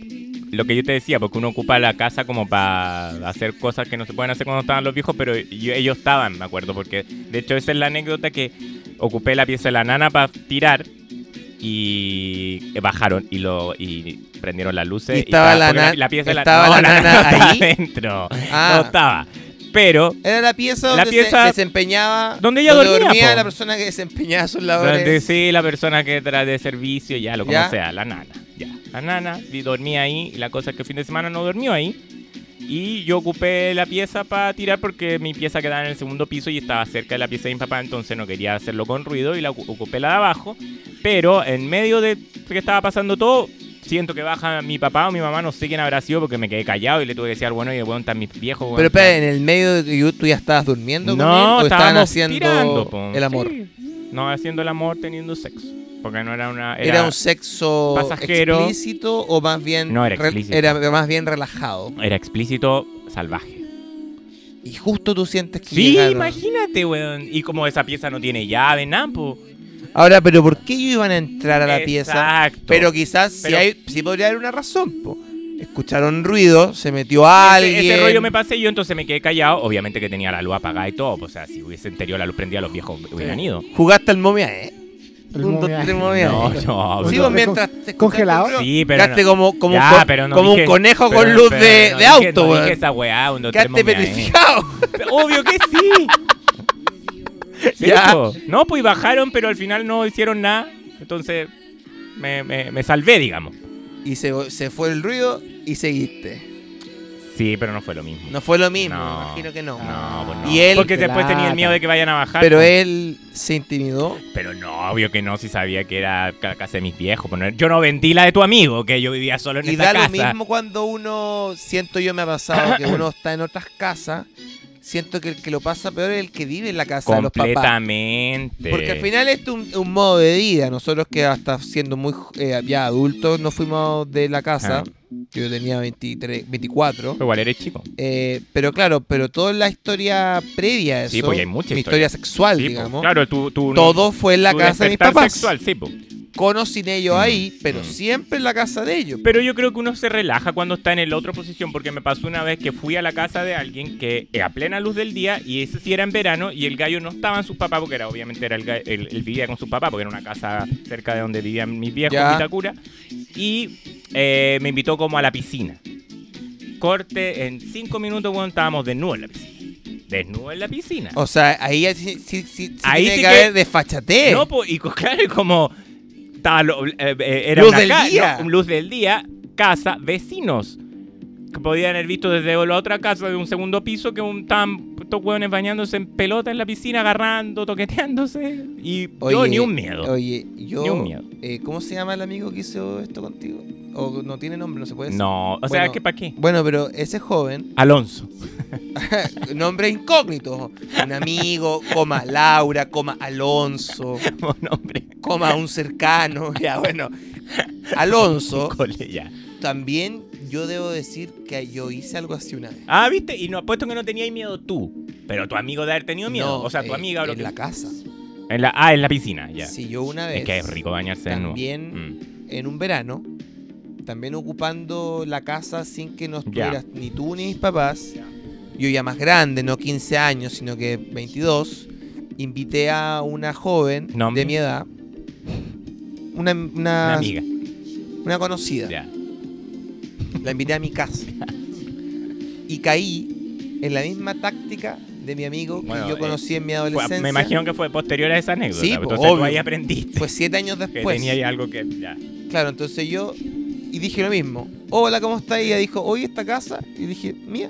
lo que yo te decía, porque uno ocupa la casa como para hacer cosas que no se pueden hacer cuando estaban los viejos, pero yo- ellos estaban, me acuerdo, porque de hecho esa es la anécdota que ocupé la pieza de la nana para tirar y bajaron y lo y prendieron las luces Y estaba la porque nan- pieza de estaba la nana no ahí. estaba adentro Ah. no estaba pero Era la pieza La donde pieza se desempeñaba. donde ella dormía, po. la persona que desempeñaba sus Donde labores. sí, la persona que trae de servicio, ya, lo como Ya. sea, la nana. Ya. La nana y dormía ahí, y la cosa es que el fin de semana no durmió ahí. Y yo ocupé la pieza para tirar porque mi pieza quedaba en el segundo piso y estaba cerca de la pieza de mi papá, entonces no quería hacerlo con ruido y la ocu- ocupé la de abajo. Pero en medio de que estaba pasando todo, siento que baja mi papá o mi mamá, no sé quién habrá sido porque me quedé callado y le tuve que decir, al bueno, y bueno, están mis viejos. Pero weón, espera, en el medio de que yo- tú ya estabas durmiendo con él, no, o estaban estábamos haciendo tirando, po. el amor. Sí. No, haciendo el amor teniendo sexo. Porque no era una. Era, Era, un sexo pasajero. explícito o más bien No, era re- explícito. era más bien relajado. era explícito salvaje. Y justo tú sientes que Sí, llegaron. imagínate, weón. Y como esa pieza no tiene llave, nada, po. Ahora, pero ¿por qué ellos iban a entrar a la pieza? Exacto. Pero quizás si Pero- hay, sí podría haber una razón. po. Escucharon ruido, se metió Ese- alguien. Ese, rollo me pasé y yo entonces me quedé callado. Obviamente que tenía la luz apagada y todo. po. O sea, si hubiese enterior la luz prendida, los viejos hubieran ido. Jugaste al momia, ¿eh? El Un, dos, momia. tres, momia. No, no, Sí, Un, no. vos dos, tres, mientras con- te congelado. escuchaste, Sí, pero. Quedaste no- como, como, Ya, un, co- pero no como un dije- conejo con pero- luz pero de, no de dije- auto, no weón. dije esa weá, un dos, tres, Quedaste momia, eh. petrificado. Obvio que sí. Sí, Ya. po. No, pues y bajaron, pero al final no hicieron nada. Entonces me, me- me salvé, digamos. Y se, se fue el ruido y seguiste. Sí, pero no fue lo mismo. No fue lo mismo, No. me imagino que no. No, pues no. Y él- Porque Qué después tenía el miedo lata. de que vayan a bajar. Pero po. él se intimidó. Pero no, obvio que no, si sabía que era ca- casa de mis viejos. pues no- Yo no vendí la de tu amigo, que yo vivía solo en Y esa da casa. lo mismo cuando uno, siento yo me ha pasado que uno está en otras casas, siento que el que lo pasa peor es el que vive en la casa de los papás. Completamente. Porque al final esto es un, un modo de vida. Nosotros que hasta siendo muy jo- eh, ya adultos nos fuimos de la casa. Ah. Yo tenía 23, 24. Pero igual eres chico. Eh, pero claro, pero toda la historia previa a eso, Sí, pues, y hay mucha mi historia. historia sexual, Sí, po. digamos, pues. Claro, tú. tú todo fue en la tu casa de mis despertar papás. sexual, sí, pues. po. Con o sin ellos Mm, ahí, pero mm. siempre en la casa de ellos. Pero yo creo que uno se relaja cuando está en el otro posición, porque me pasó una vez que fui a la casa de alguien que eh, a plena luz del día, y ese sí era en verano, y el gallo no estaba en sus papás, porque era obviamente era el, ga- el- él vivía con sus papás, porque era una casa cerca de donde vivían mis viejos, Ya. en Vitacura, y eh, me invitó como a la piscina. Corte, en cinco minutos, cuando estábamos desnudos en la piscina. Desnudos en la piscina. O sea, ahí ya sí, sí, sí- sí Ahí tiene sí que que- haber desfachatez. No, pues, y co- claro, y como. estaba lo- eh, eh, era Luz una del ca- día. no, luz del día, casa, vecinos. Que podían haber visto desde la otra casa de un segundo piso que un, estaban estos hueones bañándose en pelota en la piscina, agarrando, toqueteándose. Y yo Oye, ni un miedo. Oye, yo. Ni un miedo. eh, ¿Cómo se llama el amigo que hizo esto contigo? ¿O no tiene nombre? ¿No se puede decir? no, o pues, Bueno. sea, ¿qué para qué? Bueno, pero ese joven, Alonso. nombre incógnito, un amigo, coma Laura, coma Alonso, Como nombre. coma un cercano, ya bueno. Alonso, Cole, ya. también yo debo decir que yo hice algo así una vez. Ah, viste, y no apuesto que no tenías miedo tú. Pero tu amigo de haber tenido miedo. No, o sea, tu eh, amiga o lo en que- la casa. en la- Ah, en la piscina, ya. Sí, yo una vez. es que es rico bañarse de nuevo. Mm, También en un verano, también ocupando la casa sin que nos Ya. tuvieras ni tú ni mis papás. Yo ya más grande, no 15 años, sino que 22, invité a una joven Nombre. de mi edad. una, una, Una amiga. una conocida. Ya. La invité a mi casa. Y caí en la misma táctica de mi amigo Bueno, que yo eh, conocí en mi Fue- adolescencia. me imagino que fue posterior a esa anécdota. Sí, po, entonces tú obvio. Pues, ahí aprendiste Fue siete años que después. tenía ahí algo que. Ya. Claro, entonces yo y dije lo mismo. Hola, ¿cómo está? Y ella dijo, oye, esta casa. Y dije, mía.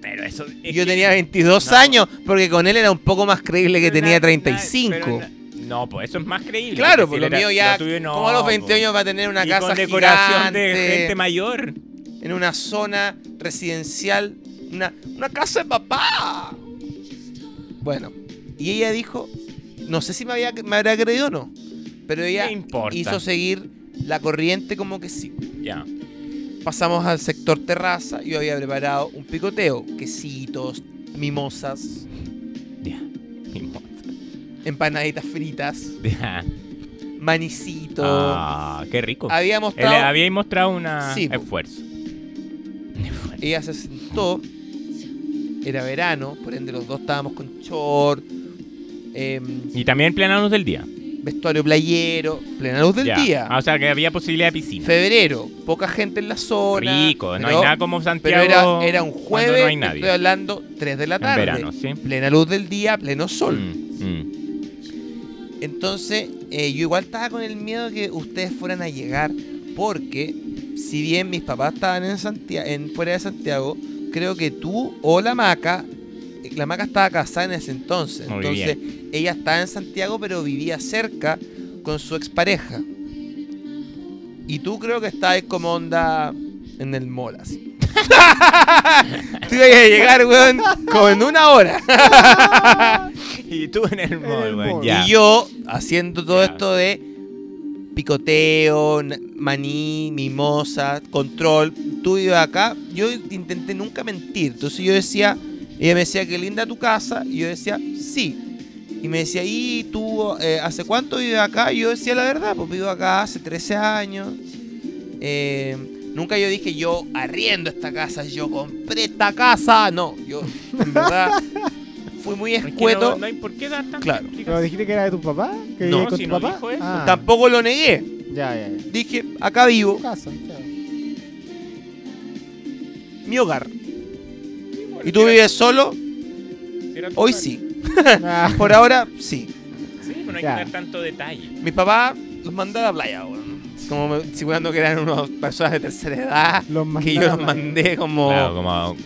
Pero eso. Y es yo que- tenía 22 no. años, porque con él era un poco más creíble que pero tenía na- na- 35. pero na- No, pues eso es más creíble. Claro, porque por si lo era- mío ya, tuyo no, como a los 20 po. años va a tener una Y casa con decoración gigante, de gente mayor. en una zona residencial, una, una casa de papá. Bueno, y ella dijo, no sé si me, había, me habrá creído o no, pero ella ¿Qué importa? hizo seguir la corriente como que sí. Ya. Pasamos al sector terraza, yo había preparado un picoteo, quesitos, mimosas, Ya. Ni modo. empanaditas fritas, Ya. manicito. Ah, qué rico. Había Él mostrado... le había mostrado un Sí, po. esfuerzo. Un esfuerzo. Ella se sentó, era verano, por ende los dos estábamos con short, em, Y también planos del día. vestuario playero, plena luz del Ya. día. Ah, o sea, que había posibilidad de piscina. Febrero, poca gente en la zona. Rico, no pero- hay nada como Pero Santiago. era, era un cuando jueves, No hay te nadie. estoy hablando 3 de la en tarde. verano, sí. Plena luz del día, pleno sol. Mm, mm. Entonces, eh, yo igual estaba con el miedo que ustedes fueran a llegar, porque si bien mis papás estaban en Santiago, en, fuera de Santiago, creo que tú o la Maca, eh, la Maca estaba casada en ese entonces, Muy entonces ella estaba en Santiago pero vivía cerca con su expareja. Y tú creo que estabas como onda en el Molas. tú ibas a llegar, weón, como en una hora. Y tú en el mall, el weón, mall. ya. Y yo haciendo todo Ya. esto de picoteo, na- maní, mimosa, control. Tú ibas acá. Yo intenté nunca mentir. Entonces yo decía, ella me decía, qué linda tu casa. Y yo decía, sí. Y me decía, ¿y tú eh, hace cuánto vives acá? Y yo decía la verdad, pues vivo acá hace 13 años. Eh, nunca yo dije, yo arriendo esta casa, yo compré esta casa. No, yo en verdad fui muy Es que escueto. no, no hay por qué dar tanta Claro. ¿Pero explicación. dijiste que era de tu papá? ¿Que No, vivías con si tu no papá? dijo eso. Ah, Tampoco lo negué. Ya, ya, ya. Dije, acá vivo, Tu casa, claro. mi hogar. ¿Y tú vives solo? Si era tu Hoy padre. sí. Ah, Por ahora, sí. Sí, pero no hay Ya. que dar tanto detalle. Mi papá los mandó a la playa, weón. Como me- figurando que eran unas personas de tercera edad. los Que yo los mandaron a- mandé como Claro, como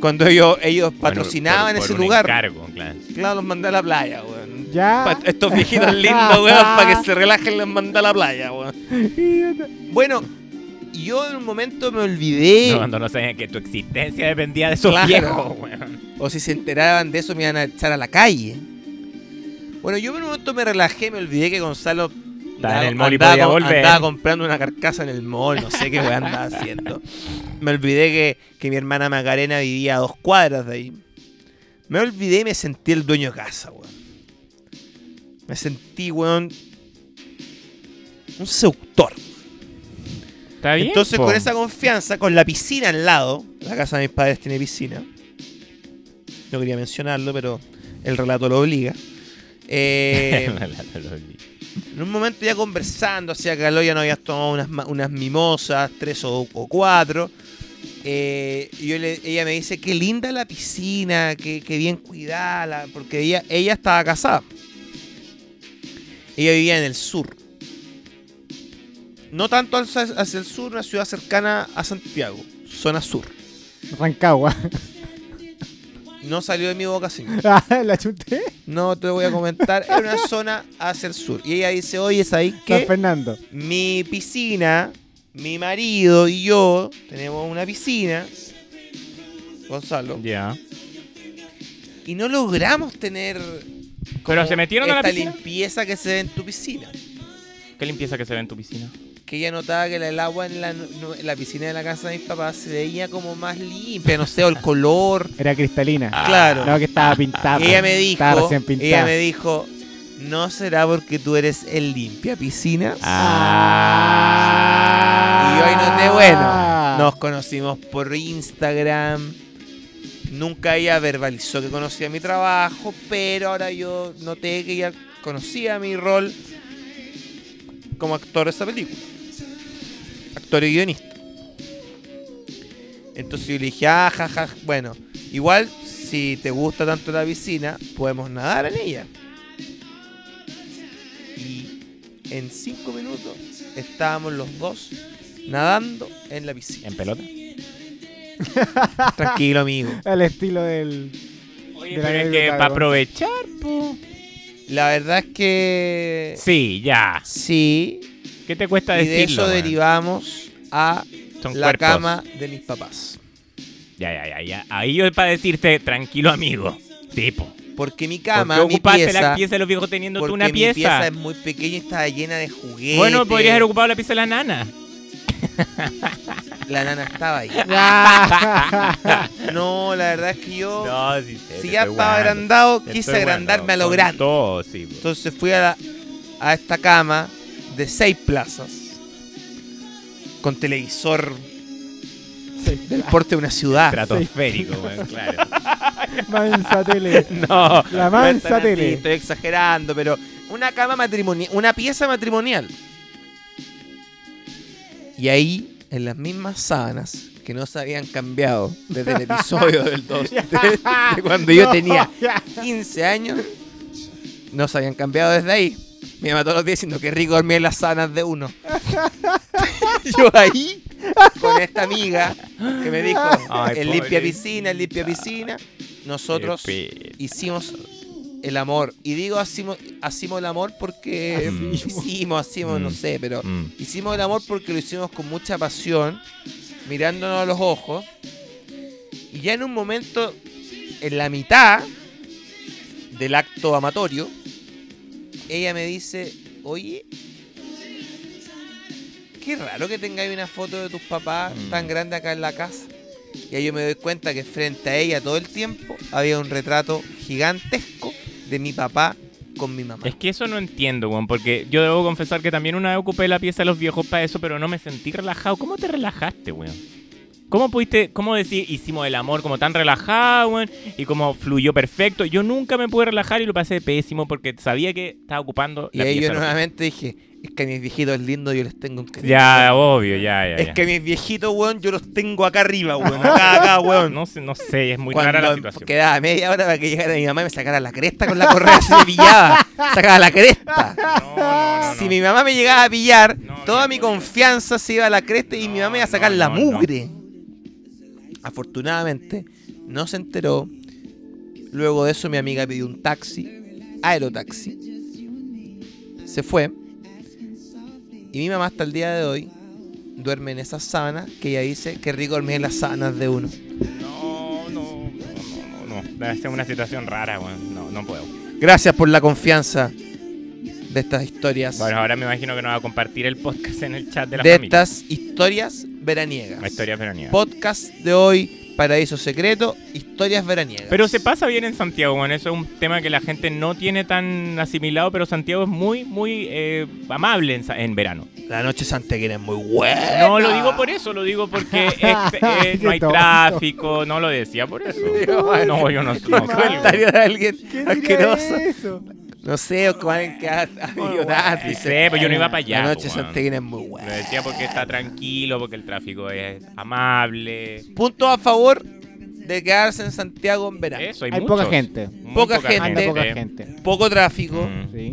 cuando ellos, ellos por- patrocinaban por- por ese un lugar. encargo, claro. Claro, los mandé a la playa, weón. Ya. Pa- Estos viejitos lindos, weón, para que se relajen, los mandé a la playa, weón. Bueno, yo en un momento me olvidé. No, Cuando no sabían que tu existencia dependía de esos Claro. viejos, weón. O si se enteraban de eso me iban a echar a la calle. Bueno, yo en un momento me relajé, me olvidé que Gonzalo Estaba en el mall y andaba podía con- volver. andaba comprando una carcasa en el mall, no sé qué weá andaba haciendo. Me olvidé que, que mi hermana Macarena vivía a dos cuadras de ahí. Me olvidé y me sentí el dueño de casa, weón. Me sentí, weón, un seductor. Está bien. Entonces, po. con esa confianza, con la piscina al lado, la casa de mis padres tiene piscina. No quería mencionarlo, pero el relato lo obliga. Eh, en un momento ya conversando, hacía calor, ya no habías tomado unas, ma- unas mimosas, tres o, o cuatro. Eh, y yo le- ella me dice, qué linda la piscina, qué, qué bien cuidada, la-", porque ella, ella estaba casada. Ella vivía en el sur. No tanto hacia, hacia el sur, una ciudad cercana a Santiago, zona sur. Rancagua. No salió de mi boca, señor. Ah, la chuté. No te voy a comentar. Era una zona hacia el sur. Y ella dice, oye, ¿sabéis San qué? Fernando. mi piscina, mi marido y yo tenemos una piscina, Gonzalo, Ya. y no logramos tener Pero como se metieron a la esta piscina. limpieza que se ve en tu piscina. ¿Qué limpieza que se ve en tu piscina? Que ella notaba que el agua en la, no- en la piscina de la casa de mis papás se veía como más limpia, no sé, o el color. Era cristalina. Ah, Claro. No, que estaba Ah, pintada. ella me dijo, Estaba recién pintada. ella me dijo, ¿no será porque tú eres el limpia piscina? Ah. Y hoy noté, bueno, nos conocimos por Instagram. Nunca ella verbalizó que conocía mi trabajo, pero ahora yo noté que ella conocía mi rol como actor de esa película. Actor y guionista. Entonces yo le dije, ah, ja, ja, bueno, igual si te gusta tanto la piscina, podemos nadar en ella. Y en cinco minutos estábamos los dos nadando en la piscina. ¿En pelota? Tranquilo, amigo. Al estilo del. Oye, De la pero es anécdota, que para weón. aprovechar, po. La verdad es que Sí, ya. sí, ¿Qué te cuesta y de decirlo? eso weón? derivamos a Son la cuerpos. cama de mis papás. Ya, ya, ya, ya. Ahí yo para decirte, tranquilo, amigo. Sí, po. Porque mi ¿Por cama, qué mi ocupaste pieza, la pieza de los viejos teniendo porque tú una mi pieza pieza? es muy pequeña y estaba llena de juguetes. Bueno, podrías haber ocupado la pieza de la nana. La nana estaba ahí. No, la verdad es que yo, No, sí, sé, si te ya estoy estaba guardando. agrandado, Te quise estoy agrandarme a guardando lo con grande. todo, sí, po. Entonces fui a, la- a esta cama de seis plazas con televisor Sí, del porte de una ciudad. Estratosférico, weón, claro. mansa tele. No. La No es mansa tan así, tele. Estoy exagerando, pero una cama matrimonial, una pieza matrimonial. Y ahí, en las mismas sábanas que no se habían cambiado desde el episodio del 2, de, de cuando yo No, tenía ya. 15 años, no se habían cambiado desde ahí. Me mamá todos los días diciendo que rico dormir en las sábanas de uno. yo ahí, con esta amiga que me dijo, Ay, el limpia pobrecita. piscina, el limpia piscina, nosotros Qué hicimos el amor. Y digo hacimos, hacimos el amor porque Hacimos. hicimos, hacimos, no Mm. sé, pero Mm. hicimos el amor porque lo hicimos con mucha pasión, mirándonos a los ojos. Y ya en un momento, en la mitad del acto amatorio, ella me dice, oye, qué raro que tengáis una foto de tus papás Mm. tan grande acá en la casa. Y ahí yo me doy cuenta que frente a ella todo el tiempo había un retrato gigantesco de mi papá con mi mamá. Es que eso no entiendo, weón, porque yo debo confesar que también una vez ocupé la pieza de los viejos para eso, pero no me sentí relajado. ¿Cómo te relajaste, weón? ¿Cómo pudiste, cómo decir, hicimos el amor como tan relajado, weón, y como fluyó perfecto? Yo nunca me pude relajar y lo pasé pésimo porque sabía que estaba ocupando Y la ahí pieza. yo de los nuevamente dije, es que a mis viejitos lindos yo les tengo un viejos. cariño. Ya, obvio, ya, ya. Es ya. que a mis viejitos, weón, yo los tengo acá arriba, weón. Acá, acá, weón. No sé, no sé, es muy Cuando rara la situación. quedaba media hora para que llegara mi mamá y me sacara la cresta con la correa, se me pillaba. Sacaba la cresta. No, no, no, no. Si mi mamá me llegaba a pillar, No, toda bien, mi bien. confianza se iba a la cresta y mi No, mamá me iba a sacar no, la no, mugre. Afortunadamente, no se enteró. Luego de eso, mi amiga pidió un taxi, aerotaxi. Se fue. Y mi mamá, hasta el día de hoy, duerme en esas sábanas que ella dice que rico dormir en las sábanas de uno. No, no, no, no, no, no. Debe ser una situación rara, weón. No, no puedo. Gracias por la confianza de estas historias. Bueno, ahora me imagino que nos va a compartir el podcast en el chat de la de familia. estas historias veraniegas. Historias veraniegas. podcast de hoy, Paraíso Secreto, historias veraniegas. Pero se pasa bien en Santiago, bueno, eso es un tema que la gente no tiene tan asimilado, pero Santiago es muy, muy eh, amable en, sa- en verano. La noche santeguera es muy buena. No lo digo por eso, lo digo porque este, eh, no hay Qué tonto. tráfico, no lo decía por eso. No, yo no, no salgo. Comentario de ¿Qué alguien diría asqueroso. eso? No sé, o con alguien que ha, ha vivido nada, Sí dice, sé, pero yo no iba para allá, La noche po, weón. santeguera es muy Lo buena. decía porque está tranquilo, porque el tráfico es amable. Punto a favor de quedarse en Santiago en verano. Eso, hay, Hay muchos. poca gente. Muy Poca gente. Hay Gente. poca gente. Poco tráfico, Mm. Sí.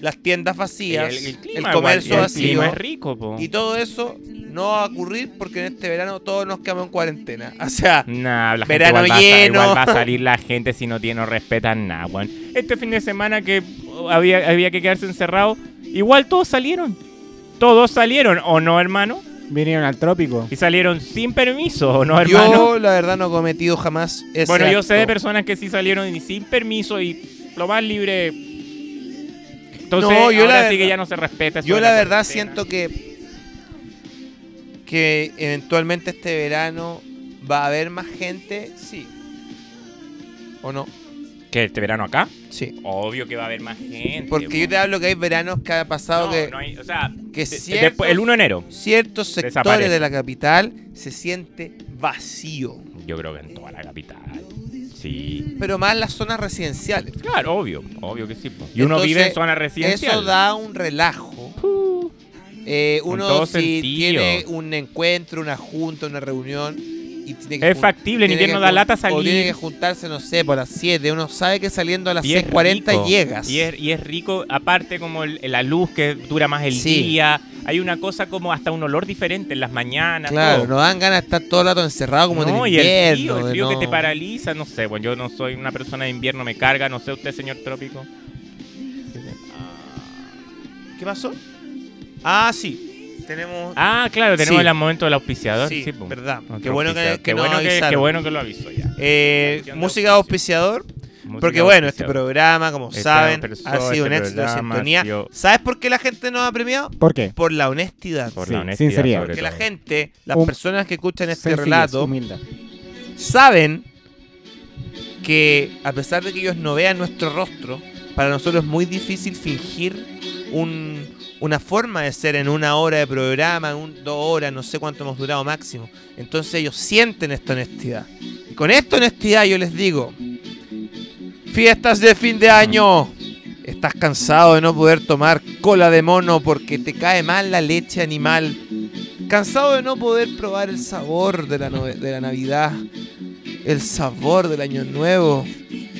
las tiendas Y vacías, el, el clima, el igual, comercio y el vacío. clima es rico, po. Y todo eso no va a ocurrir porque en este verano todos nos quedamos en cuarentena. O sea, Nah, la Verano gente igual va, a sa- lleno. igual va a salir la gente si no tiene, no respetan nada, weón. Este fin de semana que oh, había, había que quedarse encerrado, igual todos salieron. Todos salieron, ¿o no, hermano? Vinieron al trópico. Y salieron sin permiso, ¿o no, hermano? yo la verdad no he cometido jamás ese bueno, yo sé de acto. personas que sí salieron y sin permiso y lo más libre. Entonces, No, yo ahora la sí que verdad- ya no se respeta. eso Yo de la verdad cuarentena. siento que que eventualmente este verano va a haber más gente, sí. ¿O no? ¿Que este verano acá? Sí. Obvio que va a haber más gente. Porque yo te hablo que hay veranos que ha pasado No, que, no hay- o sea, que de- ciertos, después- el 1 de enero. ciertos sectores Desaparece. de la capital se siente vacío, Yo creo que en toda la capital. Sí. pero más las zonas residenciales. Claro, obvio. Obvio que sí. po. Y uno Entonces, vive en zona residencial. Eso da un relajo Uh, Eh, Con uno todo si sentido. tiene un encuentro, una junta, una reunión. Y tiene que Es jun- factible, ni tiene bien que no da jun- lata O tiene que salir. juntarse, no sé, por las 7. Uno sabe que saliendo a las Y es 6.40 rico. llegas. Y es, y es rico, aparte como el- la luz que dura más el Sí. día. Hay una cosa como hasta un olor diferente en las mañanas. claro, todo. no dan ganas de estar todo el rato encerrado como no, en y el invierno. el frío, el de frío que no- te paraliza, no sé, bueno, yo no soy una persona de invierno, me carga, no sé usted, señor trópico. ¿Qué pasó? Ah, sí. Tenemos. Ah, claro, tenemos Sí. el momento del auspiciador. Sí, po. verdad. Otro Qué bueno que- que auspiciador. qué, nos bueno que, avisaron. qué bueno que lo avisó ya. Eh, Canción de música de auspiciador. Música Porque bueno, este auspiciador. programa, como Este saben, programa, ha sido un este éxito de programa ha sintonía. sido- ¿Sabes por qué la gente nos ha premiado? ¿Por qué? Por la honestidad. Por Sí, la honestidad, sinceridad. sobre Porque la todo. gente, las Hum- personas que escuchan este Sencillez, relato, humildad. saben que a pesar de que ellos no vean nuestro rostro, para nosotros es muy difícil fingir un- una forma de ser en una hora de programa, en un- dos horas, no sé cuánto hemos durado máximo. Entonces ellos sienten esta honestidad. Y con esta honestidad yo les digo, fiestas de fin de año. Estás cansado de no poder tomar cola de mono porque te cae mal la leche animal. Cansado de no poder probar el sabor de la, nove- de la Navidad el sabor del año nuevo.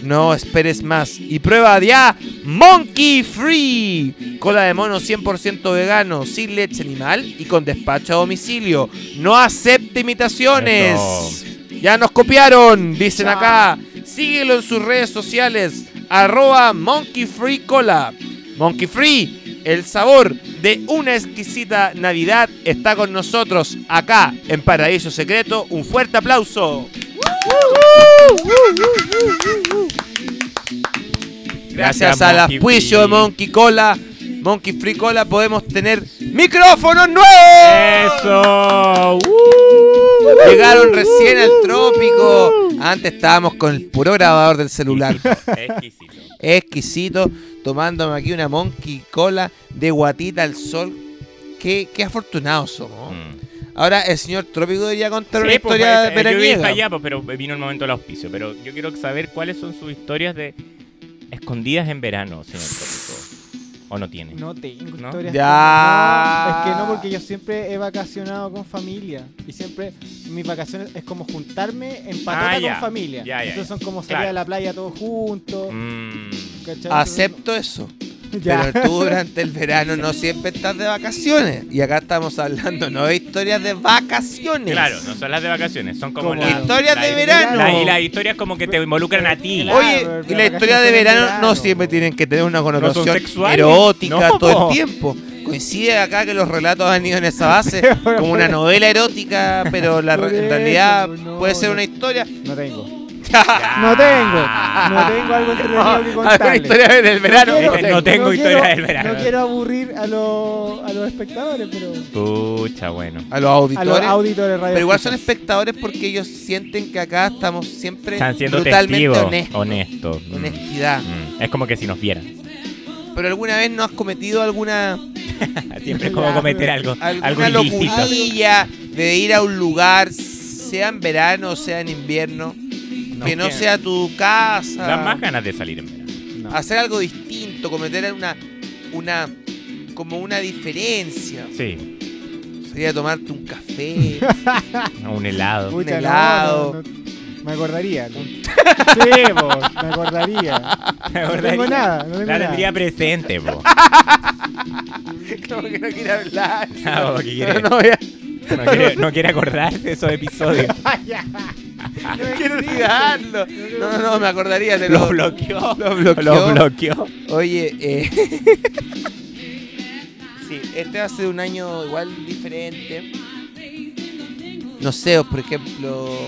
No esperes más y prueba ya Monkey Free. Cola de mono 100% vegano, sin leche animal y con despacho a domicilio. No acepte imitaciones. Ya nos copiaron, dicen acá. Síguelo en sus redes sociales. Arroba Monkey Free Cola. Monkey Free, el sabor de una exquisita Navidad está con nosotros acá en Paraíso Secreto. Un fuerte aplauso. Gracias a la Monkey juicio de Free. Monkey Cola, Monkey Free Cola, podemos tener micrófonos nuevos. ¡Eso! Llegaron recién al trópico. Antes estábamos con el puro grabador del celular. Exquisito. Exquisito, tomándome aquí una Monkey Cola de guatita al sol. Qué, qué afortunados somos. Mm. Ahora Ahora, el señor Trópico debería contar una sí, pues, historia eh, yo iba veraniega. para allá, pues, pero vino el momento del auspicio. Pero yo quiero saber cuáles son sus historias de escondidas en verano, señor Trópico. ¿O no tiene? No tengo ¿No? historias. Ya. con- Es que no, porque yo siempre he vacacionado con familia. Y siempre mis vacaciones es como juntarme en patata Ah, ya. con familia. Ya, ya, Entonces son como salir Claro. a la playa todos juntos. Mm. ¿cachai? Acepto eso. Ya. Pero tú durante el verano no siempre estás de vacaciones. Y acá estamos hablando no de historias de vacaciones. Claro, no son las de vacaciones, son como Como las historias las- de verano. las- y las historias como que te involucran a ti. Claro, Oye, pero y la vacaciones historia de son en verano verano, no siempre po. tienen que tener una connotación sexuales. erótica No, todo po. el tiempo. Coincide acá que los relatos han ido en esa base, como una novela erótica, pero la Por re- en eso, realidad no, puede ser no. una historia. No tengo. Ya. No tengo. Ah. No tengo algo entretenido que Ah, una contarles. historia en el verano. quiero- no tengo. no tengo historia quiero- del verano. No quiero aburrir a, los a los espectadores, pero. Pucha, bueno. A los A los auditores. auditores radio. pero igual son escuchas. espectadores porque ellos sienten que acá estamos siempre Están siendo brutalmente testigos. honestos. Honesto. Mm. Honestidad. Mm. Es como que si nos vieran. Pero alguna vez no has cometido alguna Siempre es como Ya, cometer pero- algo, algo alguna ilícito. locurilla de ir a un lugar, sea en verano o sea en invierno, que no que- sea tu casa, Dan más ganas de salir en verano. No. hacer algo distinto, cometer una, una como una diferencia. Sí, Sería tomarte un café, a un helado. Pucha, no, helado. no, no. Me acordaría. ¿no? Sí, vos, me acordaría. No tengo nada, no tengo La nada. tendría presente, po. como que no quiere hablar. Ah, porque quiere- Pero no voy a- No quiere, no quiere acordarse de esos episodios. quiero olvidarlo. No, no, no, me acordaría de Lo bloqueó. Lo bloqueó. Lo bloqueó. Oye, eh, sí, este va a ser un año igual diferente. No sé, por ejemplo,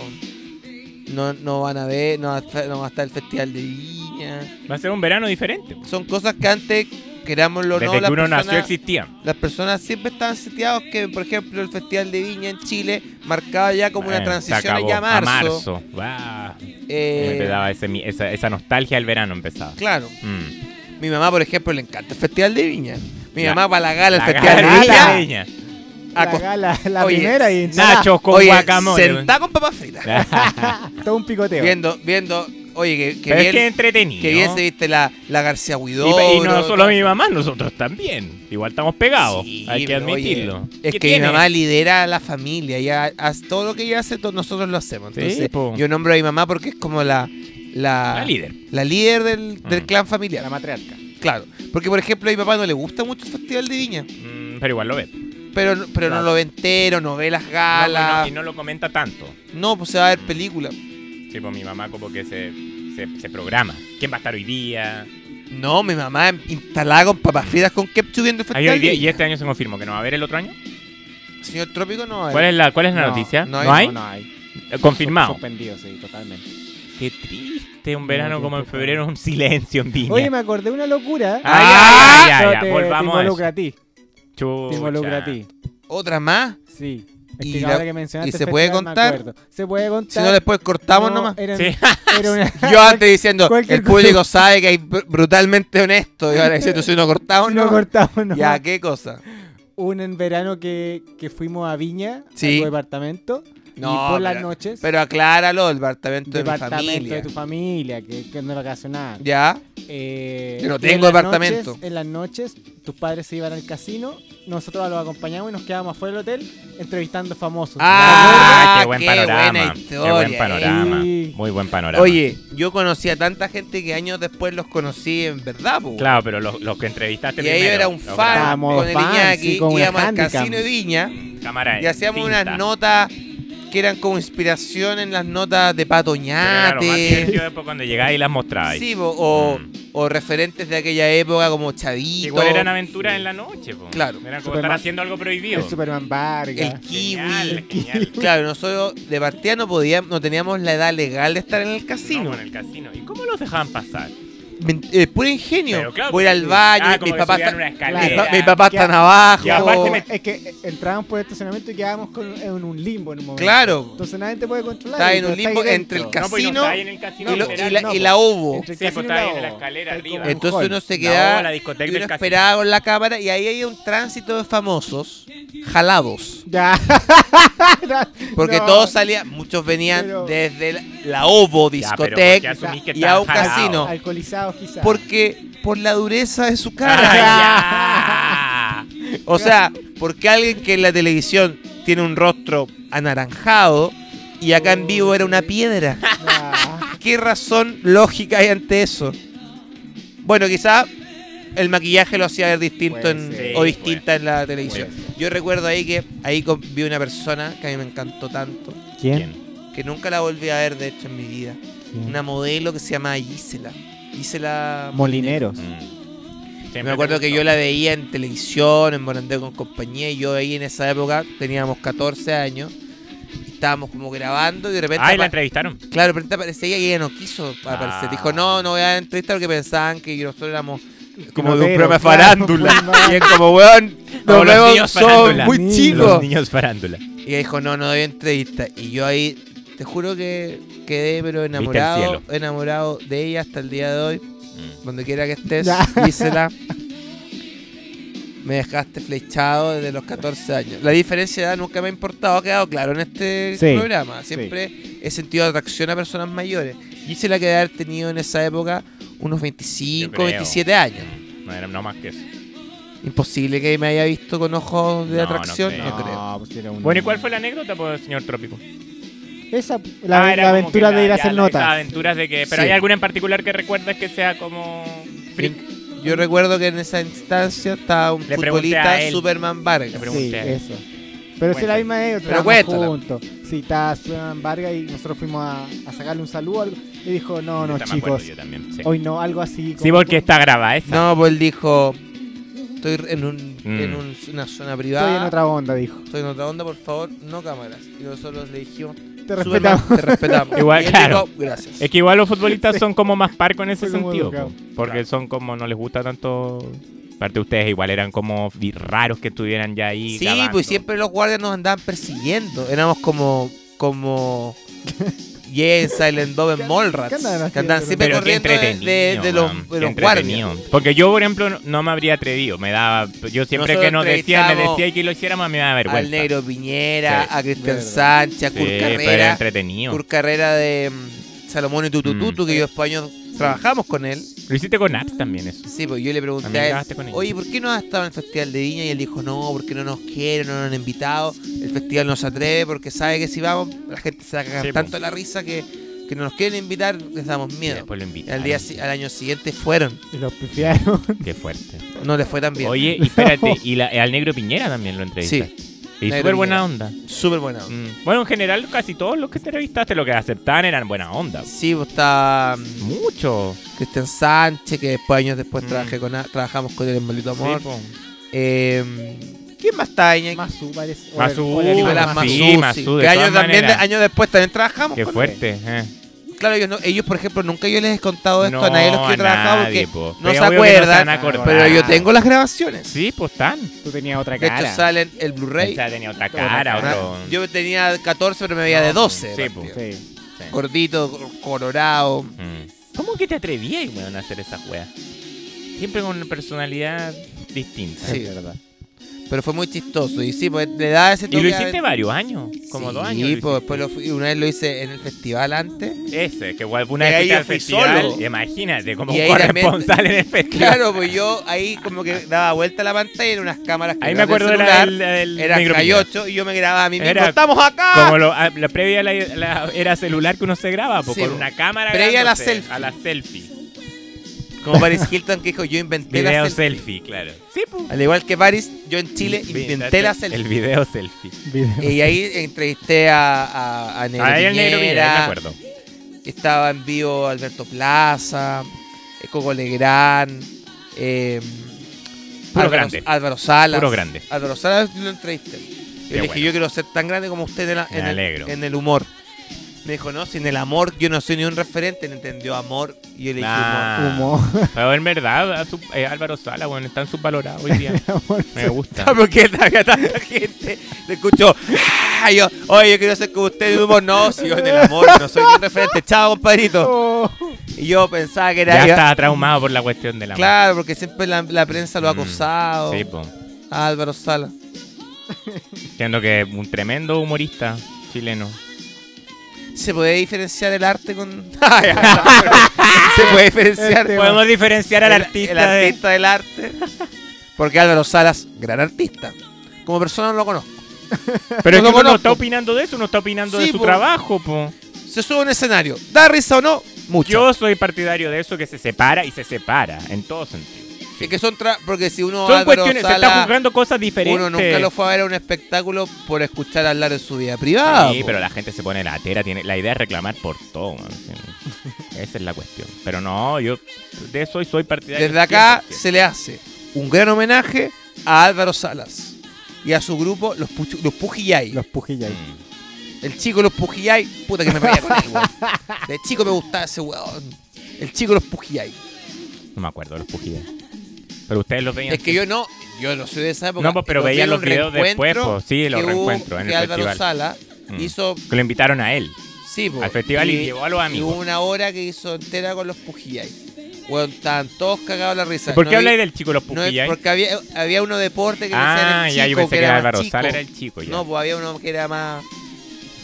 no, no van a ver, no va a, estar, no va a estar el festival de Viña. Va a ser un verano diferente. Son cosas que antes, querámoslo o Desde no, que las uno nació personas, existía. las personas siempre estaban seteados que, por ejemplo, el festival de Viña en Chile marcaba ya como Eh, una se transición acabó. ya a marzo. Guau. Eh, Me daba ese mi- esa, esa nostalgia del verano empezaba. claro, Mm. mi mamá, por ejemplo, le encanta el festival de Viña. Mi La- mamá va a la gala, el La festival gala de de Viña. la viña. La, acost- gala, la Oye, primera y Nachos con Oye, guacamole. Sentá con papas fritas. todo un picoteo. Viendo, viendo Oye, que, que Pero es bien, que es entretenido. que bien se viste la, la García Y- Huidó. y, no solo mi mamá, nosotros también. Igual estamos pegados. Sí, hay que pero oye, admitirlo. es ¿Qué que tiene? mi mamá lidera a la familia y a- a todo lo que ella hace, to- nosotros lo hacemos. Sí, Entonces, po. yo nombro a mi mamá porque es como la, la, La líder. la líder del, del Mm. clan La familiar. matriarca. Claro. Porque, por ejemplo, a mi papá no le gusta mucho el Festival de Viña, Mm, pero igual lo ve. pero, pero Claro. no lo ve entero, no ve las galas. y no lo comenta tanto. No, pues se va a ver película. Sí, pues mi mamá como que se, se, se programa. ¿Quién va a estar hoy día? No, mi mamá instalada con papas fritas con ketchup viendo el Ay, Festival hoy día- de y Viña. este año se confirmó que no va a haber el otro año. Señor Trópico no va a ¿Cuál ver. es la, cuál es la No, noticia? no No hay- hay. No, no hay. Eh, Confirmado. Suspendido, sí, totalmente. Qué triste, un No verano tiene como en tiempo. febrero, un silencio en Viña. Oye, me acordé una locura. Ah, ya, ya, Pero ya, te- volvamos a Te eso. involucra a ti. Te Chucha. involucra a ti. ¿Otra más? Sí. Es Y que la- ahora que mencionaste y se el puede festival, me contar. acuerdo. Se puede Si contar. no, después cortamos No, nomás. Era, Sí. era una- Yo antes diciendo, Cualquier el público sabe que hay br- brutalmente honesto. Y ahora diciendo, si no cortamos, si no no. cortamos, no. Ya, ¿qué cosa? Un en verano que, que fuimos a Viña, Sí. a tu departamento, No, y por las pero- noches, Pero acláralo, el departamento de mi departamento familia. de tu familia, que, que no es vacacional. Ya, Eh, Yo no y tengo en las departamento. noches- en las noches, tus padres se iban al casino, nosotros los acompañamos y nos quedamos afuera del hotel entrevistando famosos. Ah, Ah, qué buen qué panorama. buena qué historia, buen panorama. eh. Muy buen panorama. oye, yo conocí a tanta gente que años después los conocí en verdad, po. Claro, pero los, los que entrevistaste Y primero. ellos era un los fan Estábamos con el fan, Iñaki, sí, con una íbamos al handicap. casino de Viña gran- cámara y hacíamos cinta. unas notas que eran como inspiración en las notas de Pero era lo más Patoñate, divertido después cuando llegabas y las mostrabas. sí, po, o, Mm. o referentes de aquella época como Chavito. Igual eran aventuras en la noche, po. Claro. Era como Superman- estar haciendo algo prohibido. El Superman El Vargas. kiwi. Genial, genial. Claro, nosotros de partida no podíamos, no teníamos la edad legal de estar en el No, casino. pues, en el casino. ¿Y cómo los dejaban pasar? Men- eh, puro ingenio. Pero claro, Voy a ir al porque- baño, Ah, mi, como que papá subían está, una mi escalera. pa- mi papá Que- están abajo. Y aparte me- Es que eh, entrábamos por el estacionamiento y quedábamos con- en un limbo en un momento. Claro, Entonces nadie te puede controlar. Está y- en pero un limbo ahí entre el dentro. No, pues, y Casino no, está ahí en el casino. y, lo- y literal. la, no, y la hubo. Entre el Sí, casino pues, está y ahí en la O. escalera Está ahí como arriba. un Entonces hall. uno se No, quedaba la discoteca y del uno casino. esperaba con la cámara y ahí hay un tránsito de famosos jalados. Ya. Porque No. todos salían, muchos venían Pero- desde la, la Ovo Ya, discoteca pero ¿por qué asumís que y a un estaban jalados? casino. Alcoholizados quizás. Porque por la dureza de su cara. Ah, ya. O sea, porque alguien que en la televisión tiene un rostro anaranjado y acá en vivo era una piedra. Ya. ¿Qué razón lógica hay ante eso? Bueno, quizá el maquillaje lo hacía ver distinto Puede en- ser. o Sí, distinta en la televisión. Yo recuerdo ahí que ahí con- vi una persona que a mí me encantó tanto, ¿Quién? ¿Quién? que nunca la volví a ver de hecho en mi vida. ¿Quién? Una modelo que se llama Gisela. Gisela Molineros. Mm. Siempre me acuerdo te que gustó. yo la veía en televisión, en Morandé con compañía, y yo ahí en esa época teníamos 14 años, y estábamos como grabando y de repente, Ay, la apa- entrevistaron. claro, de repente aparecía ella y ella no quiso aparecer. Ah. Dijo, no, no voy a entrevistar porque pensaban que nosotros éramos como de un Notero, programa de claro, farándula. y es como, weón, Como nos los vemos, niños somos farándula. muy Los Los chicos. niños farándula. Y ella dijo, no, no doy entrevista. Y yo ahí, te juro que quedé, pero enamorado, cielo. enamorado de ella hasta el día de hoy Mm. donde quiera que estés, Ya. dísela. Me dejaste flechado desde los 14 años. La diferencia de edad nunca me ha importado, ha quedado claro en este Sí, programa. Siempre he sentido atracción a personas mayores. Y se la que debe haber tenido en esa época unos 25, creo. 27 años. Mm. No era no más que eso. Imposible que me haya visto con ojos de No, no atracción, creo. no creo. No, pues era un- Bueno, ¿y cuál fue la anécdota, pues, señor Trópico? Esa, la, Ah, la era como aventura que de ir a ya, hacer la- esas notas. aventuras de que... Pero Sí. ¿hay alguna en particular que recuerdas que sea como... freak? Yo, yo recuerdo que en esa instancia estaba un Le pregunté a futbolista él. Superman Vargas. Le Sí, pregunté. eso. Pero si la Cuéntala. misma es, Pero cuéntala. juntos. Sí, estaba Superman Vargas y nosotros fuimos a, a sacarle un saludo. algo, y dijo, no, no, Esta me acuerdo chicos. yo también, sí. Hoy no, algo Sí, así. como- porque está grabada esa. No, pues él dijo, estoy en, un- Mm. en un- una zona privada. Estoy en otra onda, dijo. Estoy en otra onda, por favor, no cámaras. Y nosotros le dijimos, Te Superman, respetamos. te respetamos. Igual, Y él claro. dijo, Gracias. Es que igual los futbolistas son como más parco en ese Fue como sentido. educado. po, porque son como, no les gusta tanto... Parte de ustedes igual eran como vi- raros que estuvieran ya ahí Sí, grabando. pues siempre los guardias nos andaban persiguiendo. Éramos como, como Jens, Silent Bob en Mallrats. qué andaban Que andaban haciendo? siempre Pero qué corriendo de, entretenido, de- de los, man, de qué los entretenido. guardias. Porque yo, por ejemplo, no- no me habría atrevido. Me daba... Yo siempre Nosotros que nos decían, me entrevistamos decía que lo hiciéramos, a mí me daba vergüenza. Al Negro Piñera, Sí. a Cristian Verdad. Sánchez, a Sí, Kurt pero era Carrera. entretenido. Kurt Carrera de mm, Salomón y Tutututu, que yo después años trabajamos con él. Lo hiciste con apps también eso. Sí, pues yo le pregunté También a trabajaste él, con ellos. oye, ¿por qué no has estado en el Festival de Viña? Y él dijo, no, porque no nos quieren, no nos han invitado, el festival no se atreve porque sabe que si vamos, la gente se va a cagar Sí, pues. tanto po. la risa que, que no nos quieren invitar, les damos Y miedo. después lo Y invitaron. Al, día, si- al año siguiente fueron, Y los pifiaron. Qué fuerte. no les fue tan bien. Oye, y espérate, y la- al Negro Piñera también lo entrevistaste. Y Negro súper Piñera. buena onda. súper buena. onda. Mm. Bueno, en general, casi todos los que te entrevistaste, lo que aceptaban eran buena onda. Sí, pues está mm, Mucho. Cristian Sánchez, que después años después Mm. trabajé con, a- trabajamos con él en Maldito Amor. Sí, po. Eh, ¿Quién más está, Iñaki? Masu parece. Masu, Oye, oye, Nicolás sí, Mazú, Mazú, de que años, todas también, maneras. años después también trabajamos Qué con él. fuerte. eh. Claro, ellos, no- ellos, por ejemplo, nunca yo les he contado esto a nadie de los que he a trabajado porque nadie, po. no Pero se obvio que acuerdan, van a acordar. Pero yo tengo las grabaciones. Sí, pues están. Tú tenías otra de cara. hecho, salen el Blu-ray. Pensaba que tenía otra Otra cara, cara. otro- Yo tenía 14, pero me veía No, de 12. sí, partido. Sí. sí. Gordito, cor- colorado. Mm. ¿Cómo que te atrevías, weón, a hacer esa weas? Siempre con una personalidad distinta. Sí. Es verdad. Pero fue muy chistoso. Y sí, pues le da ese Y toque. lo a- hiciste varios años, como Sí, dos años. Sí, lo pues hiciste. después lo fui- una vez lo hice en el festival antes. Ese, que igual una Y vez ahí fuiste yo al fui festival, solo. y imagínate, como Y ahí también- corresponsal en el festival. Claro, pues yo ahí como que daba vuelta a la pantalla y eran unas cámaras que Ahí me eran del acuerdo de la celular, del, la del Eran negro Piñera. cayocho y yo me grababa a mí mismo. Era- ¡Estamos acá! Como lo, a- la previa a la, la- era celular que uno se graba, po, Sí, con po. una cámara. Previa a la grabándose, selfie. A la selfie. Como Paris Hilton que dijo, yo inventé Video la selfie. selfie, claro. Sí, pues. Al igual que Paris, yo en Chile inventé la El selfie. video selfie. Video. Y ahí entrevisté a, a, a Negro Ahí Ah, el negro Piñera, me Piñera, acuerdo. estaba en vivo Alberto Plaza, eh, Coco Legrand, eh, Puro Álvaro, grande. Álvaro Salas. Puro grande. Álvaro Salas lo entrevisté. Qué Le dije, bueno. yo quiero ser tan grande como usted en, la- Me en alegro. el, en el humor. Me dijo, no, sin el amor yo no soy ni un referente. No entendió amor. Y yo le dije, Nah. Humor. Pero en verdad, a su- eh, Álvaro Sala, bueno, están subvalorados hoy día. Me gusta. no. ¿Por qué había tanta gente? Se escuchó, "Ah", yo, oye, yo quiero ser como usted en el humor. No, si yo en el amor no soy ni un referente. Chao, compadrito. Oh. Y yo pensaba que era... Ya iba- estaba traumado por la cuestión de la Claro, porque siempre la, la prensa lo ha Mm, acosado. Sí, po. A Álvaro Sala. Siendo que es un tremendo humorista chileno. ¿Se puede diferenciar el arte con.? Ah, ya, ya, bueno. ¿Se puede diferenciar Este, Podemos diferenciar al el, artista, el de- artista del arte? Porque Álvaro Salas, gran artista. Como persona no lo conozco. Pero es No lo que uno no conozco. está opinando de eso, uno está opinando de Sí, su po. trabajo, po. Se sube a un escenario. ¿Da risa o no? Mucho. Yo soy partidario de eso que se separa y se separa, en todo sentido. Es que son tra- porque si uno Son Álvaro cuestiones, se está Salas, juzgando cosas diferentes. uno nunca lo fue a ver a un espectáculo por escuchar hablar en su vida privada. Sí, po. pero la gente se pone la tera, tiene, la idea es reclamar por todo. man, sí. Esa es la cuestión. Pero no, yo de eso soy partidario. Desde acá 100%. se le hace un gran homenaje a Álvaro Salas y a su grupo, los, Puchu- los Pujillay. Los pujillas. Mm. El chico de los Pujillay, puta que me reía con él, weón. De chico me gustaba ese weón. El chico de los Pujillay. Mm, No me acuerdo de los pujidos. Pero ustedes los veían. Es que yo no, yo no soy de esa época. No, pues, pero Lo vi veía en los un videos después, reencuentro pues, sí, los que hubo- reencuentros en que el Álvaro festival. Sala Mm. hizo, Que lo invitaron a él. sí, po, Al festival y llevó a los amigos. y hubo una hora que hizo entera con los Pujillay. Weón, estaban todos cagados la risa. ¿Y ¿Por No qué vi- habláis del chico de los no vi- pujillas? Porque había, había uno deporte que ah, decían el ya, yo chico, pensé que era más Álvaro chico. Sala era el chico ya. No, pues había uno que era más,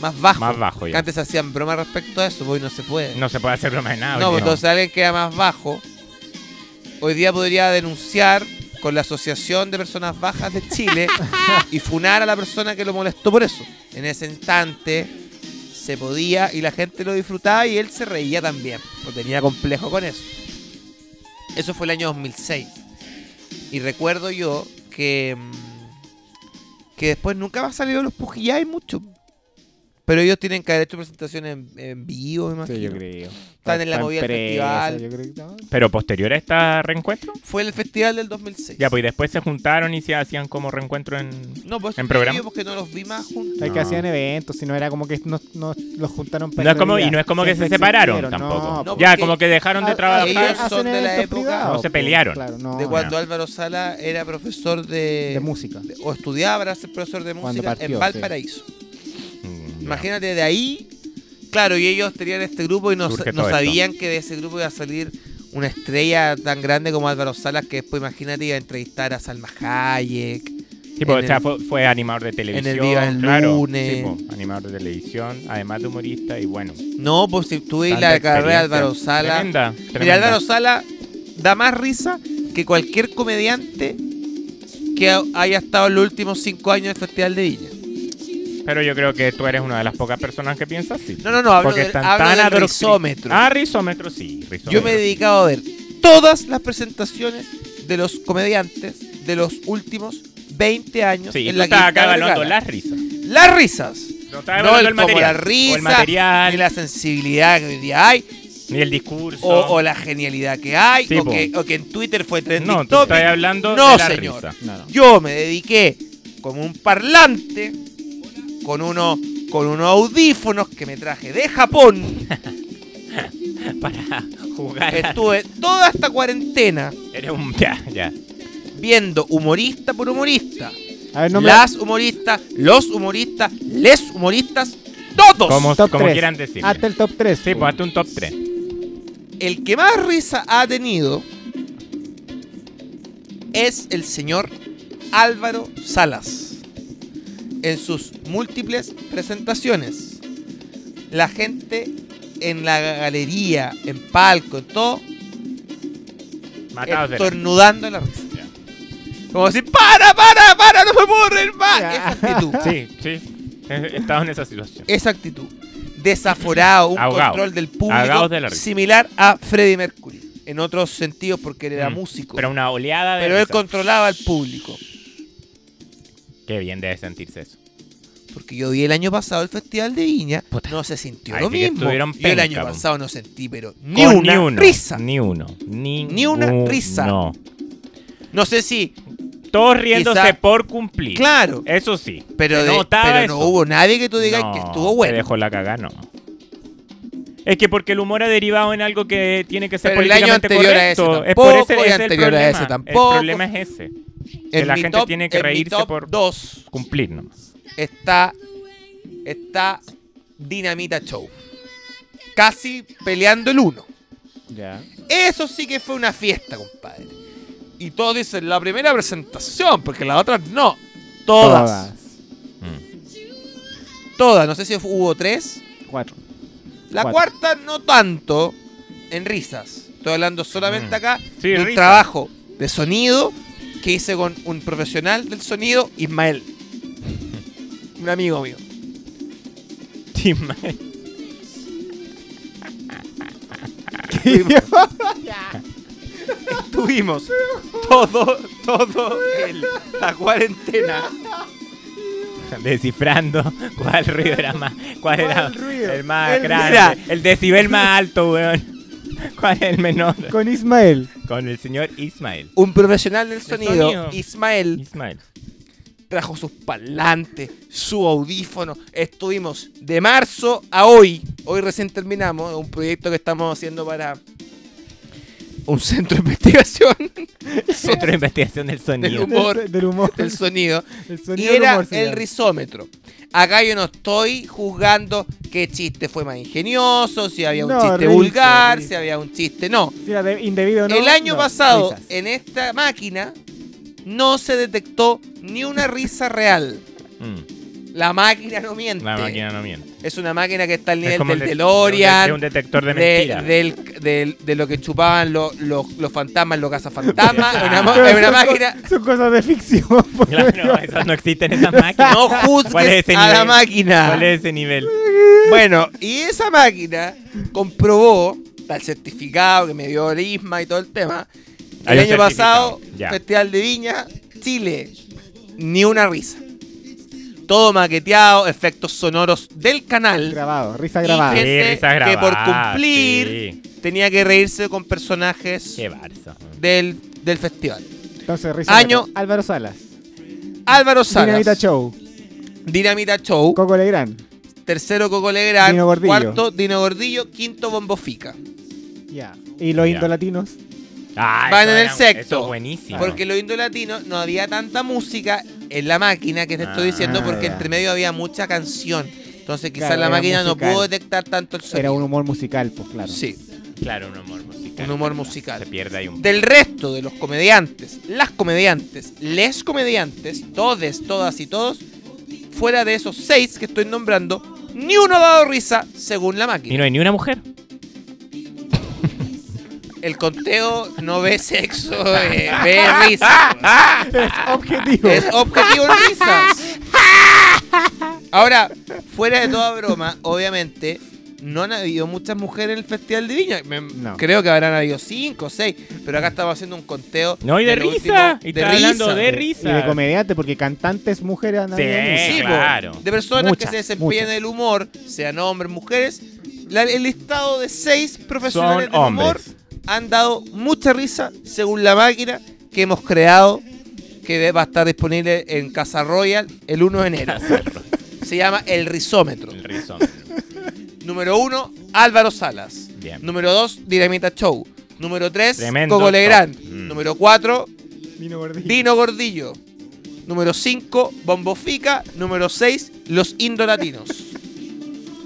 más bajo. Más bajo Que ya. antes hacían broma respecto a eso, pues hoy no se puede. No se puede hacer broma de nada. No, oye, pues entonces alguien que era más bajo, hoy día podría denunciar con la Asociación de Personas Bajas de Chile y funar a la persona que lo molestó por eso. En ese instante se podía y la gente lo disfrutaba y él se reía también, no tenía complejo con eso. Eso fue el año 2006. Y recuerdo yo que, mm, que después nunca más salieron los pujillay mucho. Pero ellos tienen que haber hecho presentaciones en, en vivo, me imagino. Sí, yo creo. Están en la movida del presos, festival. Yo creo que no. Pero posterior a este reencuentro, Fue el festival del 2006. ya, pues y después se juntaron y se hacían como reencuentro en. No, pues ¿En ¿En programa? programa? porque no los vi más juntos. Es que No. hacían eventos, si no era como que nos, nos- los juntaron para No es esta como, vida. y no es como que Pues Siempre se separaron existieron, tampoco. no, No, ya, porque como que dejaron de Ah, trabajar. ellos hacen son de la eventos época. privados, No se pues, pelearon. Claro, no, de no. cuando eh, Álvaro Sala era profesor de, De música. o estudiaba para ser profesor de Cuando música partió, en sí. Valparaíso. Mm, ya. Imagínate de ahí. Claro, y ellos tenían este grupo y no, Surge sa- no todo esto. sabían que de ese grupo iba a salir una estrella tan grande como Álvaro Salas, que después imagínate iba a entrevistar a Salma Hayek, Sí, pues, en o sea, el- fue, fue animador de televisión. Viva el claro, Lunes. sí, pues, animador de televisión, además de humorista y bueno. No, pues si tú veis tanta la carrera de experiencia. Álvaro Sala. Tremenda, Mira, tremenda. Álvaro Sala da más risa que cualquier comediante que ha- haya estado en los últimos cinco años del Festival de Viña. Pero yo creo que tú eres una de las pocas personas que piensa así. No, no, no, hablo Porque del, están hablo tan del adoctrin- rizómetro. Ah, rizómetro, sí. Rizómetro. Yo me he dedicado a ver todas las presentaciones de los comediantes de los últimos 20 años Sí, en tú la estás quinta acá evaluando vergara. las risas. Las risas. No No, estás evaluando el- el como la material. risa, o el material, ni la sensibilidad que hoy día hay, ni el discurso. o, o la genialidad que hay, Sí, o, po. que, o que en Twitter fue trending no, tú topic. estás hablando No, de la señor. risa. No, no. Yo me dediqué como un parlante, con uno, con unos audífonos que me traje de Japón. Para jugar. a- Estuve toda esta cuarentena Eres un. Ya, ya. viendo humorista por humorista. A ver, no me. las humoristas, los humoristas, les humoristas, todos. Como, Top como tres. quieran decir. Hasta el top 3. Sí, pues hazte un top 3. El que más risa ha tenido es el señor Álvaro Salas. En sus múltiples presentaciones. La gente en la galería, en palco, en todo, Matados de la- estornudando la risa. Como decir, para, para, para, no me puedo reír más. Ya. Esa actitud. Sí, sí. He estado en esa situación. esa actitud. Desaforado, un Ahogado. control del público Ahogados de la risa. similar a Freddie Mercury. En otros sentidos, porque él era Mm, músico. Pero Pero, una oleada de. él risas. controlaba al público. Qué bien debe sentirse eso. Porque yo vi el año pasado el Festival de Viña, Puta. no se sintió Ay, lo sí que mismo. estuvieron Yo el penca, año po. pasado no sentí, pero ni Con una uno, risa. Ni uno. Ni, Ni una risa. No. No sé si, Todos riéndose Quizá- por cumplir. claro, Eso sí. pero, Se de- notaba pero no eso. hubo nadie que tú digas No, que estuvo te bueno. dejó la cagada, no. Es que porque el humor ha derivado en algo que tiene que ser Pero el año políticamente anterior a ese correcto. es tampoco, por ese, y ese es el anterior a problema. ese tampoco. El problema es ese. que la mi gente tiene que en mi reírse top por- dos Cumplir nomás. está, está Dinamita Show. Casi peleando el uno. Ya. Eso sí que fue una fiesta, compadre. Y todos dicen la primera presentación, porque las otras no. Todas. Mm. Todas. No sé si hubo tres. 4. La Cuatro. cuarta no tanto en risas. Estoy hablando solamente Mm. acá Sí, de un risas. trabajo de sonido que hice con un profesional del sonido, Ismael. Un amigo mío. Sí, ma- Estuvimos todo, todo el- la cuarentena. Descifrando cuál ruido era más. ¿Cuál era ¿Cuál ruido? el más El- grande? Mira. El decibel más alto, weón. ¿Cuál es el menor? Con Ismael. Con el señor Ismael. Un profesional del sonido, sonido. Ismael, Ismael. trajo sus parlantes, su audífono. Estuvimos de marzo a hoy. Hoy recién terminamos un proyecto que estamos haciendo para un centro de investigación Centro de investigación del del sonido. humor, Del humor. del sonido. El Y sonido del era humor, el señor. rizómetro. Acá yo no estoy juzgando qué chiste fue más ingenioso, si había un No, chiste risa, vulgar, risa. si había un chiste. No. Si era de- indebido o no. el año no, pasado, risas. en esta máquina, no se detectó ni una risa real. Mm. La máquina no miente. La máquina no miente. Es una máquina que está al Es nivel como del el de- de DeLorean, un detector de- de mentiras. del- del- de lo que chupaban los, los, los fantasmas, los cazafantasmas. es una, mo- Pero es una son co- máquina. Son cosas de ficción. pues. por Claro, Dios. esas no existen esas máquinas. No ¿Cuál es juzgues ese a la nivel? ¿Cuál máquina. es ese nivel? Bueno, y esa máquina comprobó, está el certificado que me dio el ISMA y todo el tema. Hay El un año pasado, certificado, ya. Festival de Viña, Chile, ni una risa. Todo maqueteado, efectos sonoros del canal. Grabado, risa Y grabada. que- Gente risas que por grabadas, cumplir- sí. tenía que reírse con personajes Qué barzo. del, del festival. Entonces, risa. Año- grabada. Álvaro Salas. Álvaro Salas, Dinamita Show. Dinamita Show, Coco Legrand. tercero Coco Legrand, Dino Gordillo. cuarto Dino Gordillo, quinto Bombo Fica. Ya. Y los Ya. indolatinos. Ah, Van eso en el era- sexto, Eso es buenísimo. Porque los indolatinos no había tanta música en la máquina que te estoy Ah, diciendo, porque ya. entre medio había mucha canción. Entonces quizás Claro, la era máquina no musical. pudo detectar tanto el sonido. Era un humor musical, pues claro. Sí. Claro, un humor musical. Un humor ¿verdad? musical. Se pierde ahí un... Del resto de los comediantes, las comediantes, les comediantes, todes, todas y todos, fuera de esos seis que estoy nombrando, ni uno ha dado risa según la Y máquina. no hay ni una mujer. El conteo no ve sexo, eh, ve risa. Objetivo. Es objetivo en risas. Ahora, fuera de toda broma, obviamente, no han habido muchas mujeres en el Festival de Viña. Me- No. Creo que habrán habido cinco o seis, pero acá estamos haciendo un conteo. No, y de lo risa. último- Y está hablando de Y de risa. comediante, porque cantantes, mujeres andan Sí. Sí, po, Eh, claro. De personas Muchas, que se desempeñan muchas. en el humor, sean hombres, mujeres. La- el listado de seis profesionales Son del humor hombres. han dado mucha risa según la máquina que hemos creado, que va a estar disponible en Casa Royal el 1 de enero. Se llama El Rizómetro. El rizómetro. Número 1, Álvaro Salas. Bien. Número 2, Dinamita Show. Número 3, Tremendo Coco top. Legrand. Mm. Número 4, Vino gordito. Dino Gordillo. Número 5, Bombofica. Número 6, Los Indolatinos.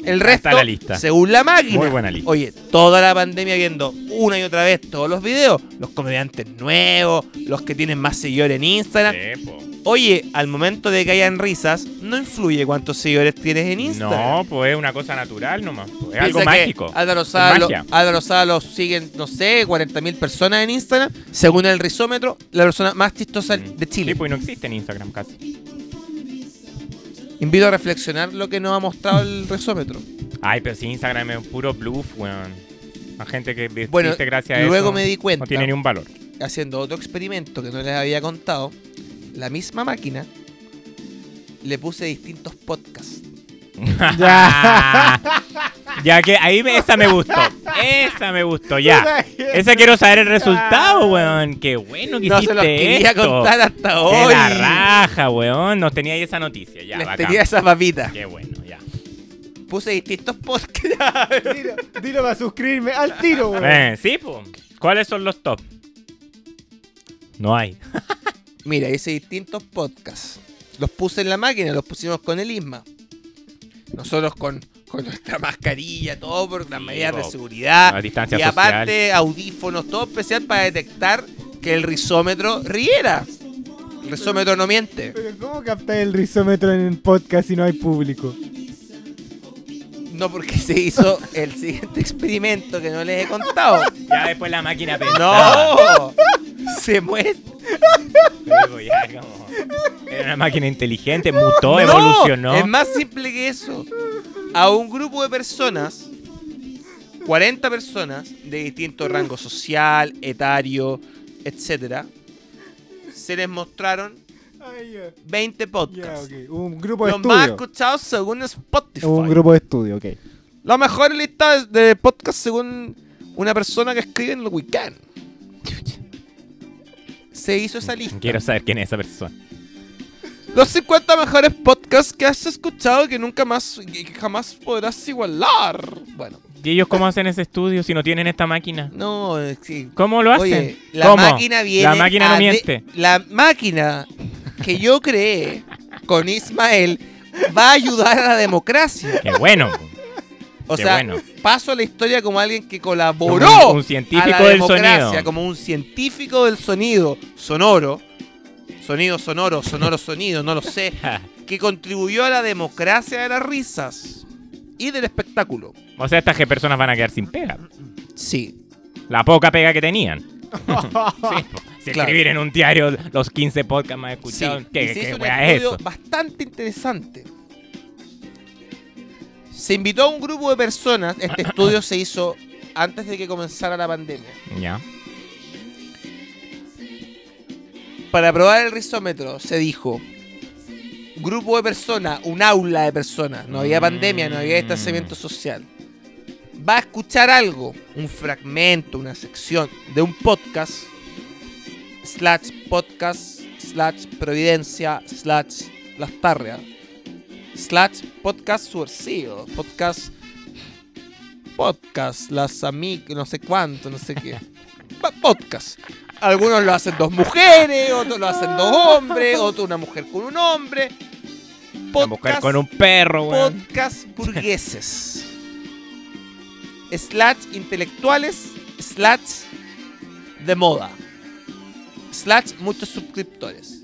El resto, está la lista. según la máquina. Muy buena lista. Oye, toda la pandemia viendo una y otra vez todos los videos. Los comediantes nuevos, los que tienen más seguidores en Instagram. Sí, po. Oye, al momento de que hayan risas, no influye cuántos seguidores tienes en Instagram. No, pues es una cosa natural nomás. po. Es Piensa algo que mágico. Álvaro Es Sala, lo- magia. Álvaro Sala lo siguen, no sé, 40.000 personas en Instagram. Según el rizómetro, la persona más chistosa Mm. de Chile. Sí, pues y no existe en Instagram casi. Invito a reflexionar lo que nos ha mostrado el rizómetro. Ay, pero si Instagram es puro bluff, weón. La gente que viste Bueno, gracias a luego eso me di cuenta. No tiene ni un valor. Haciendo otro experimento que no les había contado, la misma máquina le puse distintos podcasts. ya. Ah. que ahí me- esa me gustó. Esa me gustó, ya. Esa quiero saber el resultado, weón. Qué bueno que No se hiciste los quería esto. contar hasta Qué hoy. la raja, weón. Nos tenía ahí esa noticia, ya. Les bacán. tenía esa papita. Qué bueno, ya. Puse distintos podcasts. Dilo, dilo para suscribirme al tiro, güey. Eh, sí, po. ¿Cuáles son los top? No hay. Mira, hice distintos podcasts. Los puse en la máquina, los pusimos con el ISMA. Nosotros con, con nuestra mascarilla, todo por las Sí, medidas de po. seguridad. La distancia y aparte, audífonos, todo especial para detectar que el rizómetro riera. El rizómetro no miente. Pero ¿cómo captáis el rizómetro en un podcast si no hay público? No porque se hizo el siguiente experimento que no les he contado. Ya después la máquina pensaba. ¡No! Se muere. Luego ya como- Era una máquina inteligente, mutó, No, Oh, evolucionó. Es más simple que eso. A un grupo de personas, 40 personas de distinto rango social, etario, etcétera, se les mostraron 20 podcasts. Un grupo de Los más estudio. escuchados según Spotify. Un grupo de estudio, ok. La mejor lista de de podcast según una persona que escribe en el weekend. Se hizo esa lista. Quiero saber quién es esa persona. Los 50 mejores podcasts que has escuchado que nunca más, que jamás podrás igualar. Bueno, ¿Y ellos cómo hacen ese estudio si no tienen esta máquina? no, eh, sí. ¿Cómo lo hacen? Oye, la ¿Cómo? máquina viene. La máquina no a de- miente. la máquina que yo creé con Ismael va a ayudar a la democracia. Qué bueno. O Qué sea, bueno. paso a la historia como alguien que Como colaboró a un, un la científico del democracia, sonido. como un científico del sonido sonoro. Sonido sonoro, sonoro sonido, no lo sé. Ja. que contribuyó a la democracia de las risas y del espectáculo. O sea, estas que personas van a quedar sin pega. Sí. La poca pega que tenían. Sí, po. si Claro. escribir en un diario los 15 podcasts más escuchados, sí. Y ¿qué, se qué hizo un wea es estudio eso? bastante interesante. Se invitó a un grupo de personas, este estudio se hizo antes de que comenzara la pandemia, Ya. para probar el rizómetro se dijo, grupo de personas, un aula de personas, no había pandemia, no había distanciamiento social, va a escuchar algo, un fragmento, una sección de un podcast, slash podcast, slash providencia, slash las tarreas, slash podcast subversivo, podcast, podcast, las amigas, no sé cuánto, no sé qué, Pa- podcast. Algunos lo hacen dos mujeres, otros lo hacen dos hombres, otro una mujer con un hombre. La mujer con un perro, weón. Podcast burgueses. slash intelectuales, slash de moda, slash muchos suscriptores.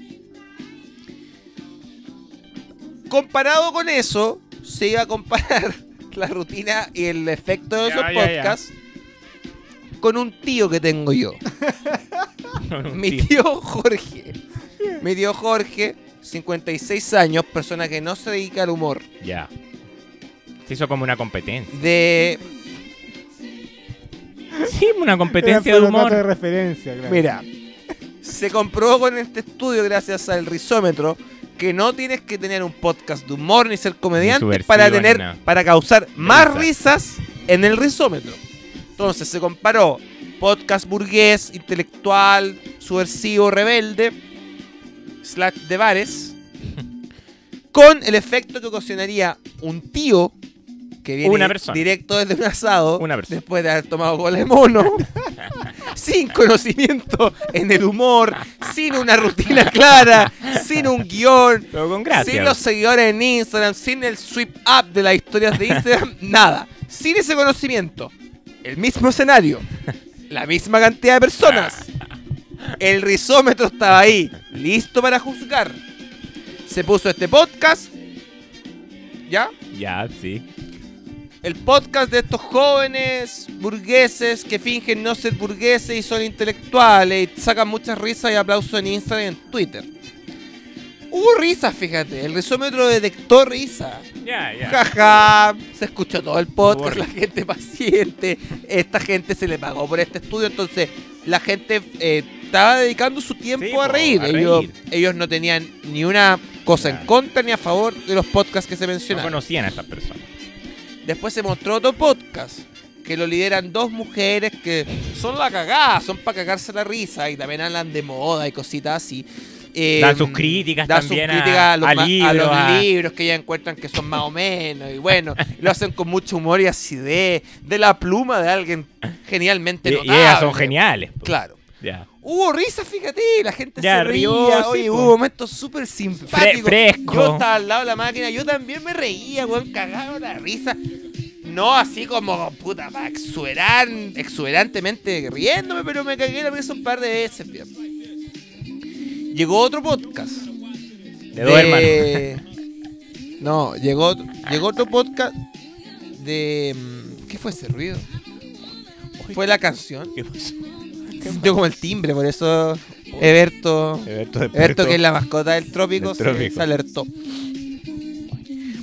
Comparado con eso, se iba a comparar la rutina y el efecto de Ya, esos ya, ya. podcasts con un tío que tengo yo. Mi Sí. tío Jorge. Mi tío Jorge, 56 años, persona que no se dedica al humor. Ya. Se hizo como una competencia. De. Sí, una competencia Era de pura nota de humor. referencia, claro. Mira, se comprobó con este estudio, gracias al rizómetro, que no tienes que tener un podcast de humor ni ser comediante subversivo para ni tener. nada. para causar más Risa. risas en el rizómetro. Entonces se comparó podcast burgués, intelectual, subversivo, rebelde, slash de bares, con el efecto que ocasionaría un tío que viene Una persona. directo desde un asado, Una persona. después de haber tomado bola de mono, sin conocimiento en el humor, sin una rutina clara, sin un guión, Pero con gracia. sin los seguidores en Instagram, sin el sweep up de las historias de Instagram, nada. Sin ese conocimiento. El mismo escenario. La misma cantidad de personas. El rizómetro estaba ahí, listo para juzgar. Se puso este podcast. ¿Ya? Ya, sí. El podcast de estos jóvenes burgueses que fingen no ser burgueses y son intelectuales y sacan muchas risas y aplausos en Instagram y en Twitter. Hubo risas, fíjate. El rizómetro detectó risa. Ya, ya. Jaja, se escuchó todo el podcast, Por- la gente paciente. Esta gente se le pagó por este estudio, entonces la gente eh, estaba dedicando su tiempo Sí, a po, reír. a ellos, reír. ellos no tenían ni una cosa en Claro. contra ni a favor de los podcasts que se No mencionaron. conocían a estas personas. Después se mostró otro podcast que lo lideran dos mujeres que son la cagada, son para cagarse la risa y también hablan de moda y cositas así. Eh, Dan sus críticas dan también sus a- críticas a, los, a ma- a libros, los a- libros que ya encuentran que son más o menos y bueno, lo hacen con mucho humor y acidez, de la pluma de alguien genialmente Y, y notable. ellas son geniales. po. Claro. Ya. Hubo risas, fíjate, la gente Ya, se río, reía, sí, oye, po. hubo momentos súper simpáticos. fresco. Yo estaba al lado de la máquina, yo también me reía, weón, cagado la risa. No así como, puta, pa, exuberan- exuberantemente riéndome, pero me cagué la risa un par de veces, fíjate. Llegó otro podcast. De dos hermanos. No, llegó, otro- llegó otro podcast de... mm, ¿Qué fue ese ruido? ¿Fue la canción? ¿Qué pasó? Sintió como el timbre, por eso Eberto, Eberto de Eberto Puerto. que es la mascota del trópico, Del se- trópico. se alertó.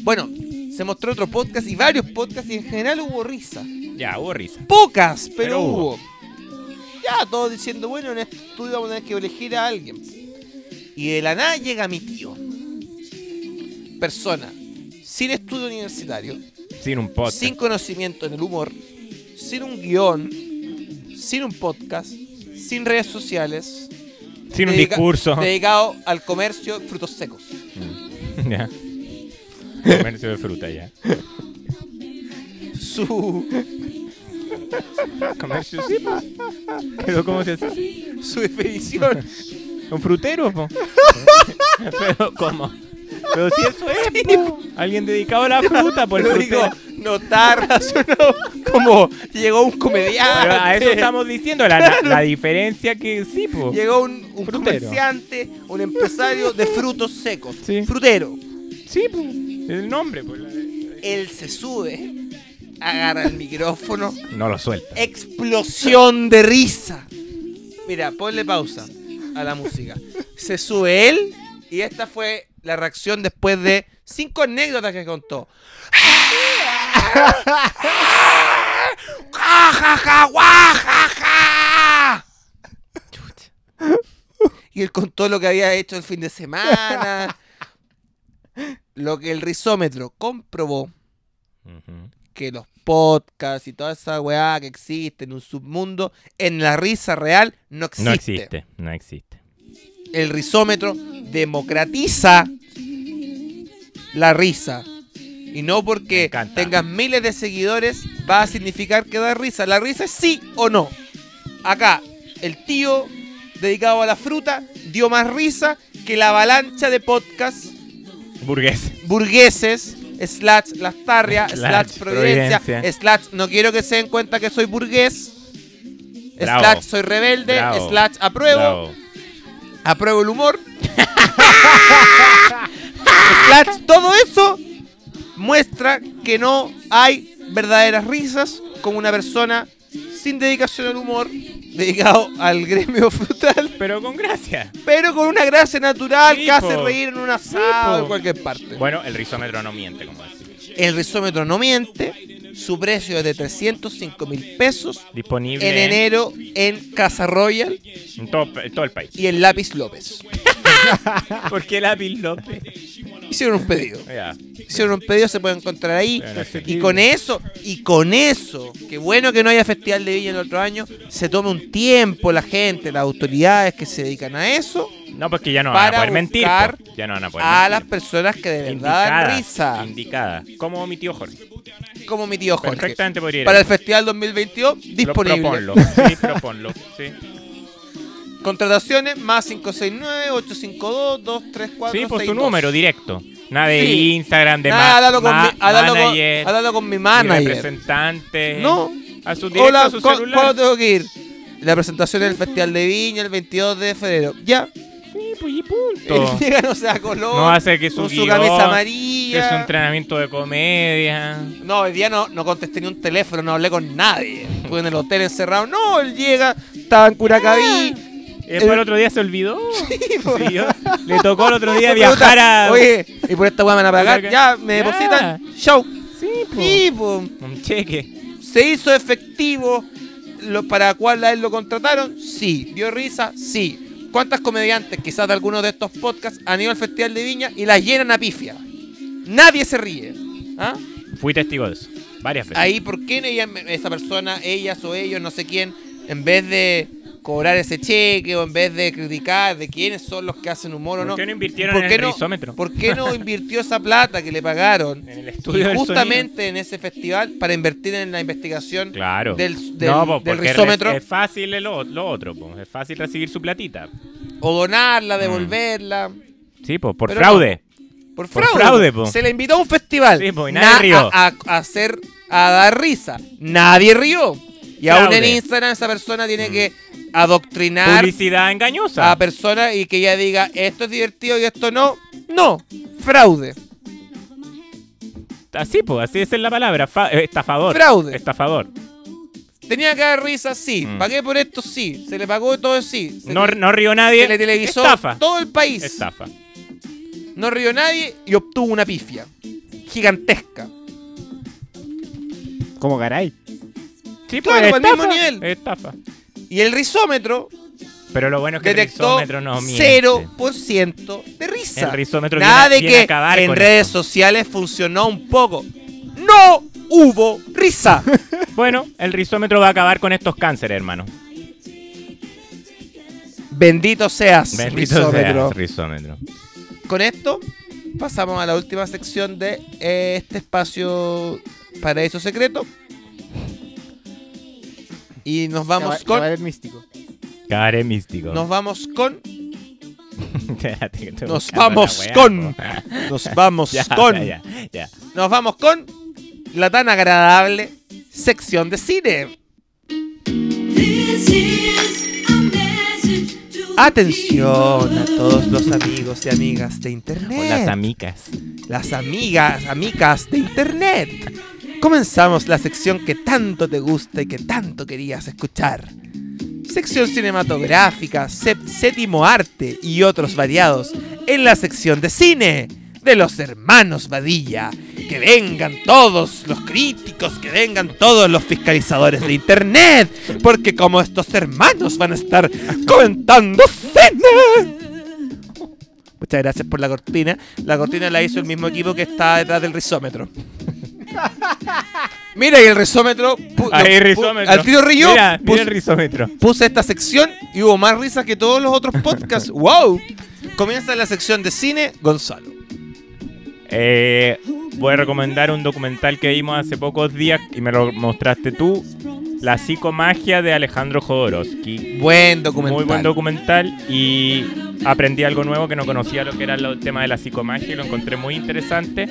Bueno, se mostró otro podcast y varios podcasts y en general hubo risa. Ya, hubo risa. Pocas, pero, Pero hubo. hubo. Ya, todos diciendo, bueno, en este estudio vamos a tener que elegir a alguien. Y de la nada llega mi tío. Persona sin estudio universitario, Sin un podcast. sin conocimiento en el humor, sin un guión, sin un podcast, sin redes sociales. Sin un dedica- discurso. Dedicado al comercio de frutos secos. Ya. Comercio de fruta, ya. Su, Comercio, sí, po. Pero ¿cómo se hace? su definición. ¿Un frutero, po? Pero, ¿cómo? Pero si eso es, po. Alguien dedicado a la fruta, por Lo el digo, frutero. no está relacionado como llegó un comediante. Pero a eso estamos diciendo, la, la- la diferencia que sí, po. Llegó un, un Frutero. comerciante, un empresario de frutos secos. Sí. Frutero. Sí, po. El nombre, po. la- la- Él se sube, agarra el micrófono, No lo suelta. explosión de risa. Mira, ponle pausa a la música. Se sube él y esta fue la reacción después de cinco anécdotas que contó. ¡Guajaja, guajaja! Y él contó lo que había hecho el fin de semana. Lo que el rizómetro comprobó Ujú. que los podcasts y toda esa weá que existe en un submundo, en la risa real no existe. No existe, no existe. El rizómetro democratiza la risa. Y no Me porque encanta. tengas miles de seguidores va a significar que da risa. La risa es sí o no. Acá, el tío dedicado a la fruta dio más risa que la avalancha de podcasts Burgués. burgueses slash Las Tarrias, Slash slash Providencia, Providencia. slash No quiero que se den cuenta que soy burgués, Bravo. slash Soy rebelde, Bravo. slash Apruebo, Bravo. apruebo el humor. Slash, todo eso muestra que no hay verdaderas risas con una persona sin dedicación al humor, dedicado al gremio frutal, Pero con gracia. pero con una gracia natural Sí, que hace po. reír en un Sí, asado po. en cualquier parte. Bueno, el rizómetro no miente, como así. El rizómetro no miente, su precio es de 305 mil pesos Disponible en enero en Casa Royal en todo, en todo el país. y en Lápiz López. ¿Por qué lápiz López? Hicieron un pedido. Ya. hicieron un pedido, se puede encontrar ahí. Bueno, sí. Y con eso, y con eso, qué bueno que no haya festival de Viña el otro año, se tome un tiempo la gente, las autoridades que se dedican a eso, No, porque ya no van a para poder mentir. buscar po. Ya no van a poder a las mentir. personas que de verdad Indicada, dan risa, Indicada. Como mi tío Jorge. como mi tío Jorge. Perfectamente podría ir. Para ahí. el Festival 2022, Lo- disponible. Proponlo. Sí, proponlo. Sí. Contrataciones más 569-852-234. Sí, por pues su número directo. Nada de Sí. Instagram, de ma- Háblalo con, ma- mi- háblalo con- manager, háblalo con mi ni manager. representante. No. A su directo, Hola, a su ¿cu- celular. ¿cuándo tengo que ir? La presentación del Festival de Viña el 22 de febrero. Ya. Sí, pues, y Él punto. llega, no se da color. No hace que su con su guión, camisa Que es un amarilla. entrenamiento de comedia. no, hoy día no, no contesté ni un teléfono, no hablé con nadie. Estuve en el hotel encerrado. No, él llega, estaba en Ah, Curacaví. Y después Eh, el otro día se olvidó. po. Sí, yo- le tocó el otro día Me viajar pregunta, a. Oye, y por esta weá me van a pagar. Curaca- Ya, me Ya. depositan. Chau. Sí, po. Sí, po. Un cheque. ¿Se hizo efectivo lo para cual a él lo contrataron? Sí. ¿Dio risa? Sí. ¿Cuántas comediantes, quizás de algunos de estos podcasts, han ido al Festival de Viña y las llenan a pifia? Nadie se ríe. ¿Ah? Fui testigo de eso. Varias veces. Ahí, ¿por qué ella- esa persona, ellas o ellos, no sé quién, en vez de cobrar ese cheque o en vez de criticar de quiénes son los que hacen humor o ¿Por no? qué no invirtieron ¿Por en qué el no- rizómetro? ¿Por qué no invirtió esa plata que le pagaron En el y estudio del sonido. justamente en ese festival para invertir en la investigación Claro. del, del, No, po, del porque rizómetro Es, es fácil el o- lo otro, po. es fácil recibir su platita. o Mm. donarla, devolverla. Sí, po, por Pero fraude. Por Por fraude. fraude, po. Se le invitó a un festival. Sí, po, y nadie rió. A, a hacer, a dar risa. Nadie rió. Y aún en Fraude. Mm. Instagram esa persona tiene que adoctrinar Publicidad engañosa. a personas y que ella diga esto es divertido y esto no. No. Fraude. Así, pues, así esa es la palabra. fa- eh, estafador. Fraude. Estafador. Tenía que dar risa, sí. Mm. Pagué por esto, sí. Se le pagó todo, sí. Se No, le, no rió se nadie. le televisó Estafa. todo el país. Estafa. No rió nadie y obtuvo una pifia. Gigantesca. Como Garay. Sí, Claro, pues, al estafa. mismo nivel. Estafa. Y el rizómetro Pero lo bueno es que detectó el rizómetro no miente. 0% de risa. El rizómetro Nada viene- de viene a que acabar en con redes sociales funcionó un poco. No hubo risa. Bueno, el rizómetro va a acabar con estos cánceres, hermano. Bendito seas, Bendito rizómetro. seas, rizómetro. Con esto pasamos a la última sección de eh, este espacio paraíso secreto. Y nos vamos con Cabaret místico. Cabaret místico. nos vamos con Espérate que estoy nos buscando la vamos weá, con- po. nos vamos Ya, con ya, ya, ya. nos vamos con la tan agradable sección de cine. This is a message to Atención a todos los amigos y amigas de internet. O las amicas. Las amigas, amigas de internet. Comenzamos la sección que tanto te gusta y que tanto querías escuchar. Sección cinematográfica, sé- séptimo arte y otros variados en la sección de cine de los hermanos Vadilla. Que vengan todos los críticos, que vengan todos los fiscalizadores de internet, porque como estos hermanos van a estar comentando cine. Muchas gracias por la cortina. La cortina la hizo el mismo equipo que está detrás del rizómetro. Mira, y el rizómetro. pu- Ahí, lo- pu- rizómetro. Al tío Río. Mira, pus- mira el rizómetro. puse esta sección y hubo más risas que todos los otros podcasts. ¡Wow! Comienza la sección de cine, Gonzalo. Eh, voy a recomendar un documental que vimos hace pocos días y me lo mostraste tú. La psicomagia de Alejandro Jodorowsky. Buen documental. Muy buen documental y aprendí algo nuevo que no conocía lo que era el tema de la psicomagia y lo encontré muy interesante.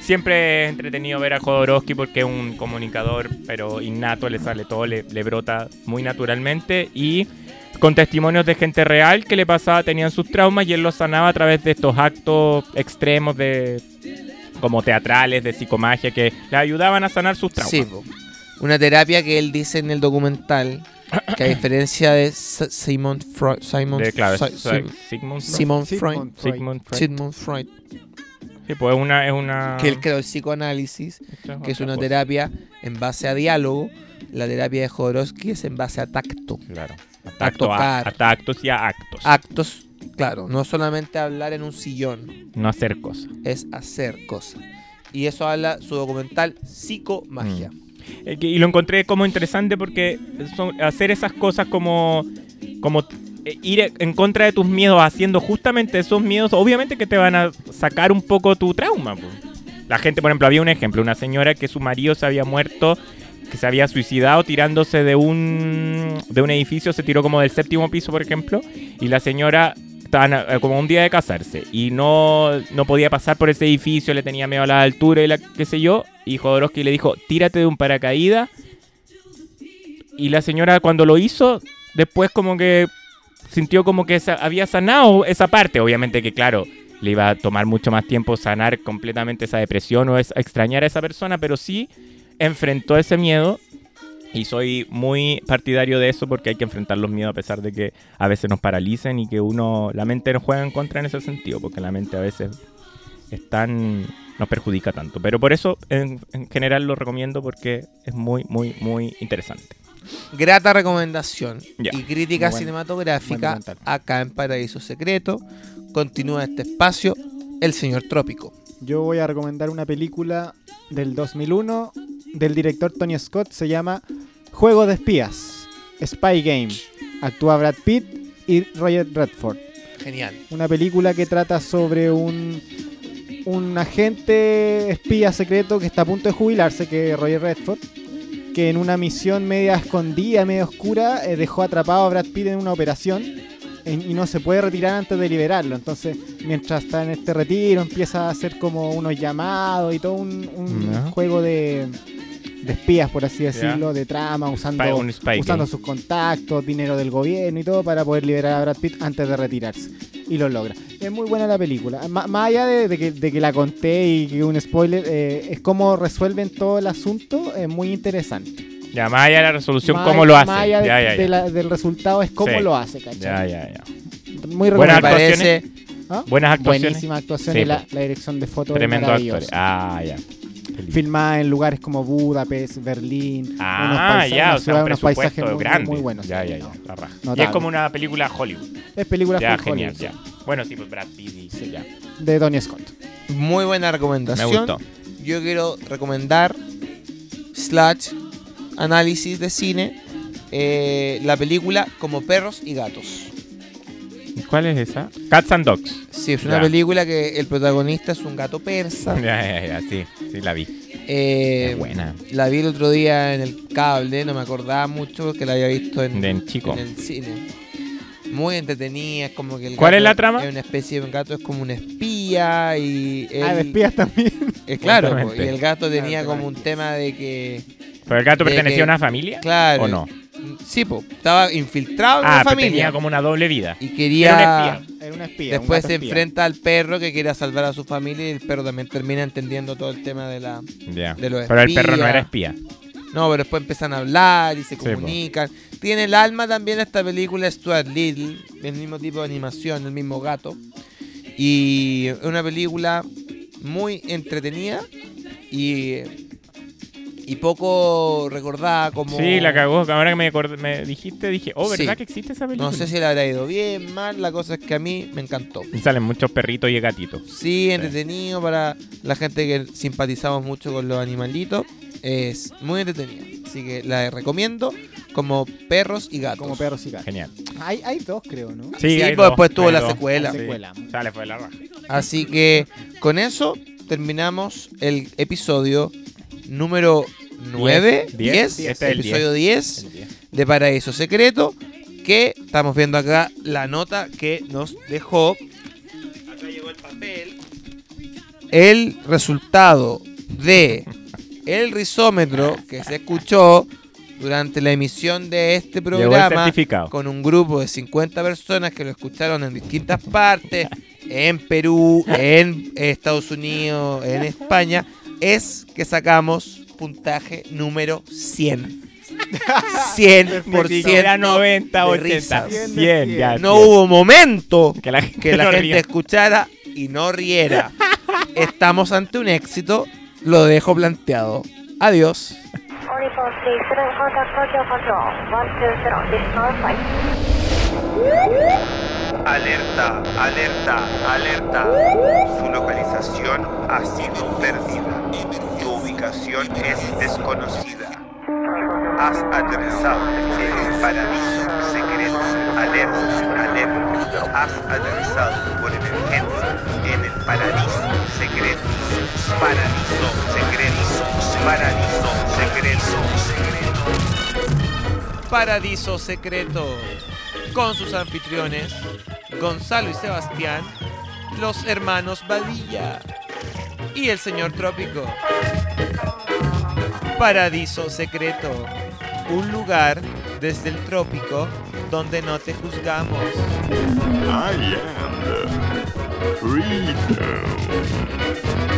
Siempre es entretenido ver a Jodorowsky porque es un comunicador, pero innato, le sale todo, le, le brota muy naturalmente. Y con testimonios de gente real que le pasaba, tenían sus traumas y él los sanaba a través de estos actos extremos de como teatrales, de psicomagia, que le ayudaban a sanar sus traumas. Sí, po. una terapia que él dice en el documental que a diferencia de S- Simon Freud, Simon, De- claro, Si- es- Sim- Sigmund Freud. Simon Freud, Sigmund Freud. Sigmund Freud. Sigmund Freud, Sí, pues es una... Es una que él creó el psicoanálisis, que es una terapia en base a diálogo. La terapia de Jodorowsky es en base a tacto. Claro. A A tacto, a, tocar. a tactos y a actos. Actos, claro, no solamente hablar en un sillón, No hacer cosas. es hacer cosas. Y eso habla su documental Psicomagia. Eh, que- Y lo encontré como interesante porque son- hacer esas cosas como, como eh, ir en contra de tus miedos, haciendo justamente esos miedos, obviamente que te van a sacar un poco tu trauma. po. La gente, por ejemplo, había un ejemplo, una señora que su marido se había muerto, que se había suicidado tirándose de un, de un edificio, se tiró como del séptimo piso, por ejemplo, y la señora estaban eh, como un día de casarse y no, no podía pasar por ese edificio, le tenía miedo a la altura y la qué sé yo. Y Jodorowsky le dijo, tírate de un paracaídas. Y la señora cuando lo hizo, después como que sintió como que sa- había sanado esa parte. Obviamente que claro, le iba a tomar mucho más tiempo sanar completamente esa depresión o es, extrañar a esa persona, pero sí enfrentó ese miedo. Y soy muy partidario de eso porque hay que enfrentar los miedos a pesar de que a veces nos paralicen y que uno, la mente nos juega en contra en ese sentido, porque la mente a veces es tan, nos perjudica tanto. Pero por eso en, en general lo recomiendo porque es muy, muy, muy interesante. Grata recomendación Ya. y crítica Muy bueno. Buen cinematográfica documental. acá en Paraíso Secreto. Continúa este espacio, El Señor Trópico. Yo voy a recomendar una película del 2001 del director Tony Scott. Se llama Juego de Espías, Spy Game. Actúa Brad Pitt y Roger Redford. Genial. Una película que trata sobre un, un agente espía secreto que está a punto de jubilarse, que es Roger Redford, que en una misión media escondida, media oscura, eh, dejó atrapado a Brad Pitt en una operación en- y no se puede retirar antes de liberarlo. Entonces, mientras está en este retiro, empieza a hacer como unos llamados y todo un, un Ya. juego de, de espías, por así decirlo, de trama, usando Spy- un spy usando game. sus contactos, dinero del gobierno y todo para poder liberar a Brad Pitt antes de retirarse. Y lo logra. Es muy buena la película. Ma- más allá de, de que, de que la conté y que un spoiler, eh, es como resuelven todo el asunto, es muy interesante. Ya, más allá de la resolución, Más- ¿cómo lo hace? Más allá Ya, de- ya, de ya. la- del resultado es cómo Sí. lo hace, ¿cachai? Ya, ya, ya. Muy Buena Me recomendable. parece actuaciones. ¿Ah? Buenas actuaciones. Buenísima actuación Sí, y la, pues. la dirección de fotos Tremendo actor. maravillosa. Ah, ya. Filmada en lugares como Budapest, Berlín, Ah, unos ya, paisa- una o sea, ciudad, un unos paisajes presupuesto muy, muy- grande. muy buenos. Ya, sí, ya, ya. no. la raja. Notable. Y es como una película Hollywood. Es película Ya, full genial, Hollywood, ya. Bueno, sí, pues Brad Pitt y- ya. de Tony Scott. muy buena Me recomendación. gustó. Yo quiero recomendar slash análisis de cine eh, la película Como perros y gatos. ¿Cuál es esa? Cats and Dogs. Sí, es una Ya. película que el protagonista es un gato persa. Ya, ya, ya, sí, sí la vi. Eh, Es buena. La vi el otro día en el cable, no me acordaba mucho porque la había visto en, De chico. en el cine. Muy entretenida, es como que el ¿Cuál gato es la trama? Es una especie de un gato, es como un espía y él- Ah, de espías también. eh, claro, po, y Exactamente. el gato tenía Claro, como un tema de que ¿Pero el gato de pertenecía que- a una familia? claro, ¿O no? Sí, po, estaba infiltrado en Ah, la pero tenía familia como una doble vida. y Era un quería espía. Era una espía. un después gato se espía. enfrenta al perro que quiere salvar a su familia y el perro también termina entendiendo todo el tema de la Ya. de los Pero el perro no espías. era espía. No, pero después empiezan a hablar y se po. comunican. Tiene el alma también esta película Stuart Little, el mismo tipo de animación, el mismo gato. Y es una película muy entretenida y, y poco recordada como... Sí, la cagó. Ahora que me, acordé- me dijiste, dije, oh, ¿verdad Sí. que existe esa película? No sé si le habrá ido bien, mal, la cosa es que a mí me encantó. Y salen muchos perritos y gatitos. Sí, entretenido para la gente que simpatizamos mucho con los animalitos. Es muy entretenida. Así que la recomiendo como perros y gatos. Como perros y gatos. Genial. Hay, hay dos, creo, ¿no? Sí, Sí, hay pues dos, después tuvo hay la dos. secuela. La secuela. O sea, le fue la raja. Así que con eso terminamos el episodio número 9, 10, Diez. Este es el episodio 10 de Paraíso Secreto, que estamos viendo acá la nota que nos dejó. Acá llegó el papel. el resultado de el rizómetro que se escuchó durante la emisión de este Llegó el programa certificado. con un grupo de 50 personas que lo escucharon en distintas partes, en Perú, en Estados Unidos, en España, es que sacamos puntaje número 100. 100 por Ni siquiera 90, de 80, risas. 100, 100, ya. No hubo momento Que la gente, que la no gente ría. escuchara y no riera. Estamos ante un éxito, lo dejo planteado. Adiós. Uniform 37 contact Tokyo Control 120 dismount flight. Alerta, alerta, alerta. Su localización ha sido perdida. Tu ubicación es desconocida. Has aterrizado en el paraíso secreto. Alerta, alerta. Has aterrizado por emergencia en el paraíso secreto. Paraíso secreto. Paraíso secreto. secreto. Paradiso Secreto, con sus anfitriones, Gonzalo y Sebastián, los hermanos Badilla y el señor Trópico. Paradiso Secreto, un lugar desde el trópico donde no te juzgamos. I am freedom.